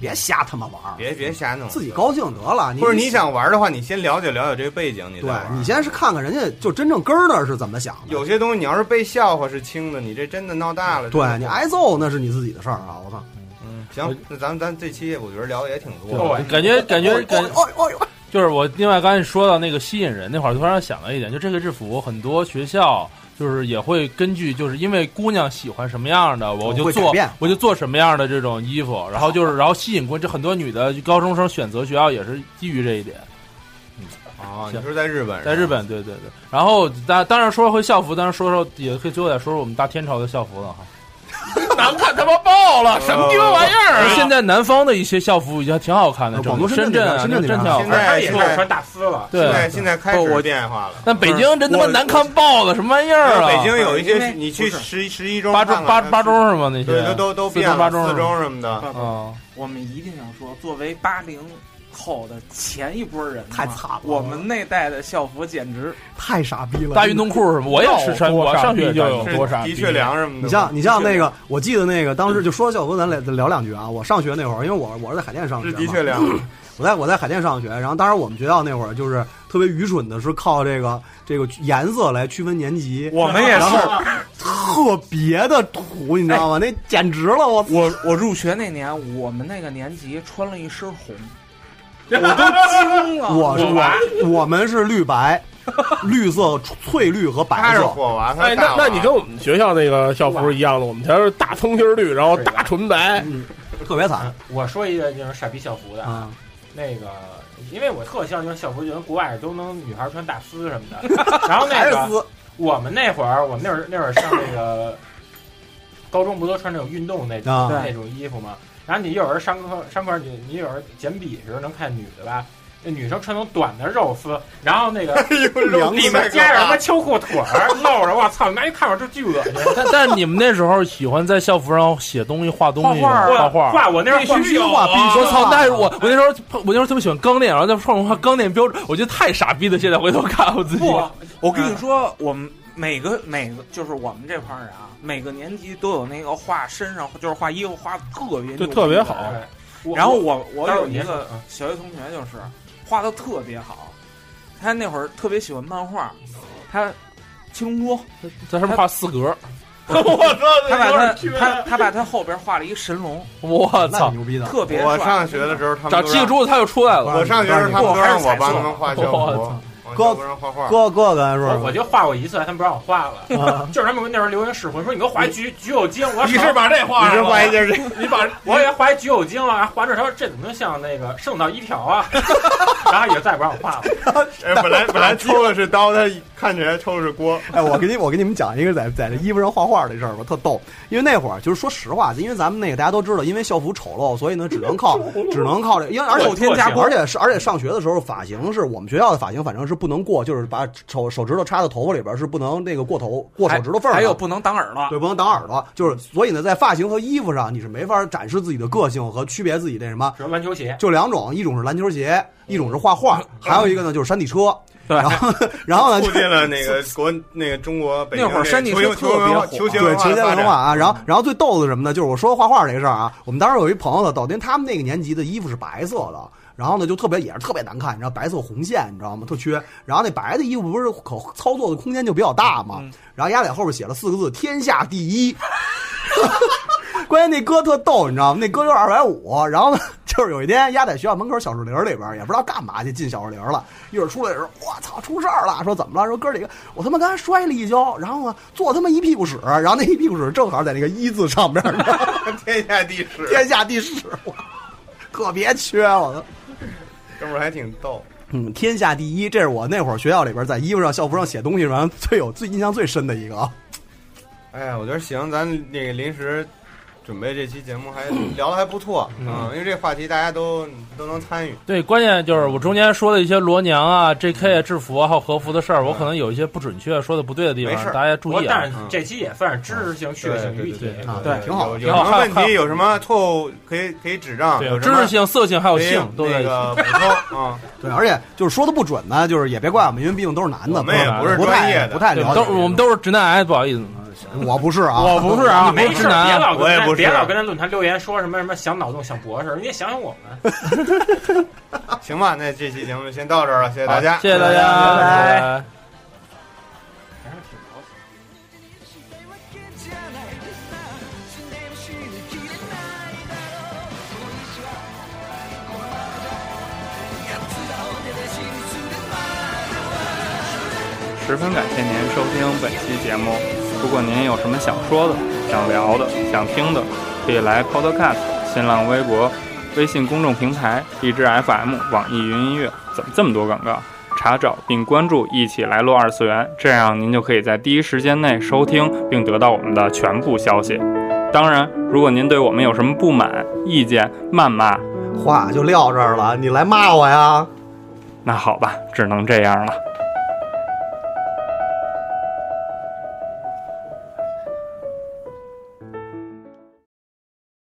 别瞎他妈玩儿，
别别瞎弄，
自己高兴得了。
或者你想玩的话，你先了解了解这个背景，你再
对
玩。
你先是看看人家就真正根儿那儿是怎么想的。
有些东西你要是被笑话是轻的，你这真的闹大了。真
对
的
你挨揍那是你自己的事儿啊！我操，
嗯行，那咱们咱这期我觉得聊的也挺多
对
的，
感觉感觉
哎
感
呦哎呦，
就是我另外刚才说到那个吸引人那会儿，突然想了一点，就这个制服，很多学校就是也会根据，就是因为姑娘喜欢什么样的，我就
哦会改
做
变
我就做什么样的这种衣服，然后就是然后吸引过这很多女的高中生选择学校也是基于这一点。
啊，你是在日本？
在日本，对对对。然后当当然说回校服，当然说说也可以最后再说说我们大天朝的校 服了哈。呃
难看他妈爆了，什么鸡巴玩意儿啊！哦
现在南方的一些校服已经挺好看的，整个深圳啊、真挺好
现在
看。
也开始穿大丝了，
对
现在现在开
不
始
我
变化了。
但北京真他妈
我
难看爆了，什么玩意儿啊！
北京有一
因
些
为
你去
不是
十十一中
八
看
中
看
八八中是吗？那些
对，都都都
四
变
中
了，
八中
四
是吗
中什么的，
啊，
我们一定要说，作为八零后的前一波人嘛，
太惨了
我们那代的校服简直
太傻逼了。
大运动裤什么，我也是穿，
多
我
傻
上
逼
学就
感
有
觉
是
多傻
的
逼
啊
确凉什么的。
你像你像那个，我记得那个当时就说校服，咱俩聊两句啊。我上学那会儿，因为我我是在海淀上学
是
嘛，
的确凉，
嗯
我在我在海淀上学，然后当时我们学校那会儿就是特别愚蠢的，是靠这个这个颜色来区分年级，
我们也
然
是。
后特别的土，你知道吗？那简直了，我操！
我我入学那年，我们那个年级穿了一身红，
我
都惊了。
我是我我们是绿白，绿色翠绿和
他
白
是
色，
火娃，他
哎，
是
那
大
那
娃
你跟我们学校那个校服一样的，我们全是大葱心儿绿，然后大纯白，
嗯，特别惨
我说一个那种傻逼校服的，
啊！
那个，因为我特像就是校服，觉得国外都能女孩穿大丝什么的。然后那
还是
个
丝，
我们那会儿，我们那会儿那会儿上那个高中不都穿那种运动那种、
啊
那种衣服吗？然后你有时候上课上课你你有时候捡笔时候能看女的吧？那女生穿那种短的肉丝，然后那个
凉
里面加 上什么秋裤腿儿露着，我操！你妈一看我这巨恶心。
但但你们那时候喜欢在校服上写东西、画东西吗、
我
画画。啊
画我啊那会儿
必须画，必须
我操！那是我
啊
我那时候我那时候特别喜欢钢炼，然后在创文化钢炼标准，我觉得太傻逼了。现在回头看我自己，
不，我跟
嗯
你说，我们每个每个就是我们这帮人啊，每个年级都有那个画身上就是画衣服画得特别
就
牛
特别
逼的
好。
我
然后我我
当时
有
我
一
年
个
嗯
小学同学就是画的特别好，他那会儿特别喜欢漫画，他七龙珠，
在上面画四格，
他把他他他把他后边画了一神龙，
我
那
操
挺！牛逼的，
特别帅。
我上学的时候，他们
找
都
七
啊
个
让
珠子，他就出来了。
我上学的时候，他们都让我帮他们画校
我
服
操，
我
哥
帮他们画画。
哥哥跟
我
说
我就画过一次，他们不让我画了。
啊，
就是他们那时候流行使魂，说你给我画一橘橘右京，我
你是把这画
你
上
是
了
画一件这
你把我给他画一橘右京啊，画这他说这怎么能像那个圣道一条啊？然后也再也不让我画了。
哎，本来本来抽的是刀，他看起来抽的是锅。
哎，我给你我给你们讲一个在在这衣服上画画这事儿吧，特逗。因为那会儿就是说实话，因为咱们那个大家都知道，因为校服丑陋，所以呢只能靠只能靠这，因为而且
后天加工
而且是而且上学的时候发型是我们学校的发型，反正是不能过，就是把手手指头插到头发里边是不能那个过头过手指头缝儿的。
还有不能挡耳朵，
对，不能挡耳朵，就是所以呢，在发型和衣服上，你是没法展示自己的个性和区别自己那什么，
什么篮球鞋？
就两种，一种是篮球鞋，一种是画画，还有一个呢就是山地车。对，然后 然后呢，
促进了那个国啊那个中国北京
那会儿
这
山地
球
车
球球
特别
文化
火
球鞋
对
文
球
化
鞋
的发
文
展嗯
化啊，然后然后最逗的是什么呢？就是我说画画这个事儿啊，我们当时有一朋友特逗，因为他们那个年级的衣服是白色的，然后呢就特别也是特别难看，你知道白色红线你知道吗？特缺。然后那白的衣服不是可操作的空间就比较大嘛，
嗯
然后丫在后边写了四个字“天下第一”。关键那哥特逗，你知道吗？那哥就二百五，然后呢，就是有一天压在学校门口小树林里边儿，也不知道干嘛去，进小树林了。一会儿出来的时候，我操，出事儿了！说怎么了？说哥几个，我他妈刚才摔了一跤，然后啊，坐他妈一屁股屎，然后那一屁股屎正好在那个一字上边 儿，
天下地势，
天下第十，我特别缺，我操！
哥们儿还挺逗。
嗯，天下第一，这是我那会儿学校里边儿在衣服上、校服上写东西，完最有最印象最深的一个啊。
哎呀，我觉得行，咱那个临时准备这期节目 还聊的还不错，嗯，因为这个话题大家都都能参与。
对，关键就是我中间说的一些罗娘啊、J.K. 啊、制服啊，还有和服的事儿，我可能有一些不准确、说的不对的地
没事
方，
儿
大家注
我
意啊
但。是这期也算是知识性、趣味性
嗯
与一体。
对挺好
啊有
挺
有
好
什么问
看
题，有什么错误可以可以指正，
对，
有什
知
么
识性、色性还有
可以
性都在
那
一起。
个补充 啊。
对，而且就是说的不准呢，就是也别怪我们，因为毕竟都是男的，
我们也
不
不是
不
专业
太
的
不太
对，
了
都
解
是。我们都是直男哎癌，不好意思。
我不是啊，
我不是啊
你没
我是
事，别
男
老跟
我也
咱
不是
别老跟咱论坛留言说什么什么想脑洞、想博士，你也想想我们。
嗯行吧，那这期节目就先到这儿了，谢谢大家，
谢谢大家，
拜拜
拜。
「このままじゃ
十分感谢您收听本期节目。如果您有什么想说的、想聊的、想听的，可以来 Podcast、新浪微博、微信公众平台、荔枝 FM、网易云音乐，怎么这么多广告？查找并关注“一起来录二次元”，这样您就可以在第一时间内收听并得到我们的全部消息。当然，如果您对我们有什么不满、意见、谩骂，
话就撂这儿了，你来骂我呀？
那好吧，只能这样了。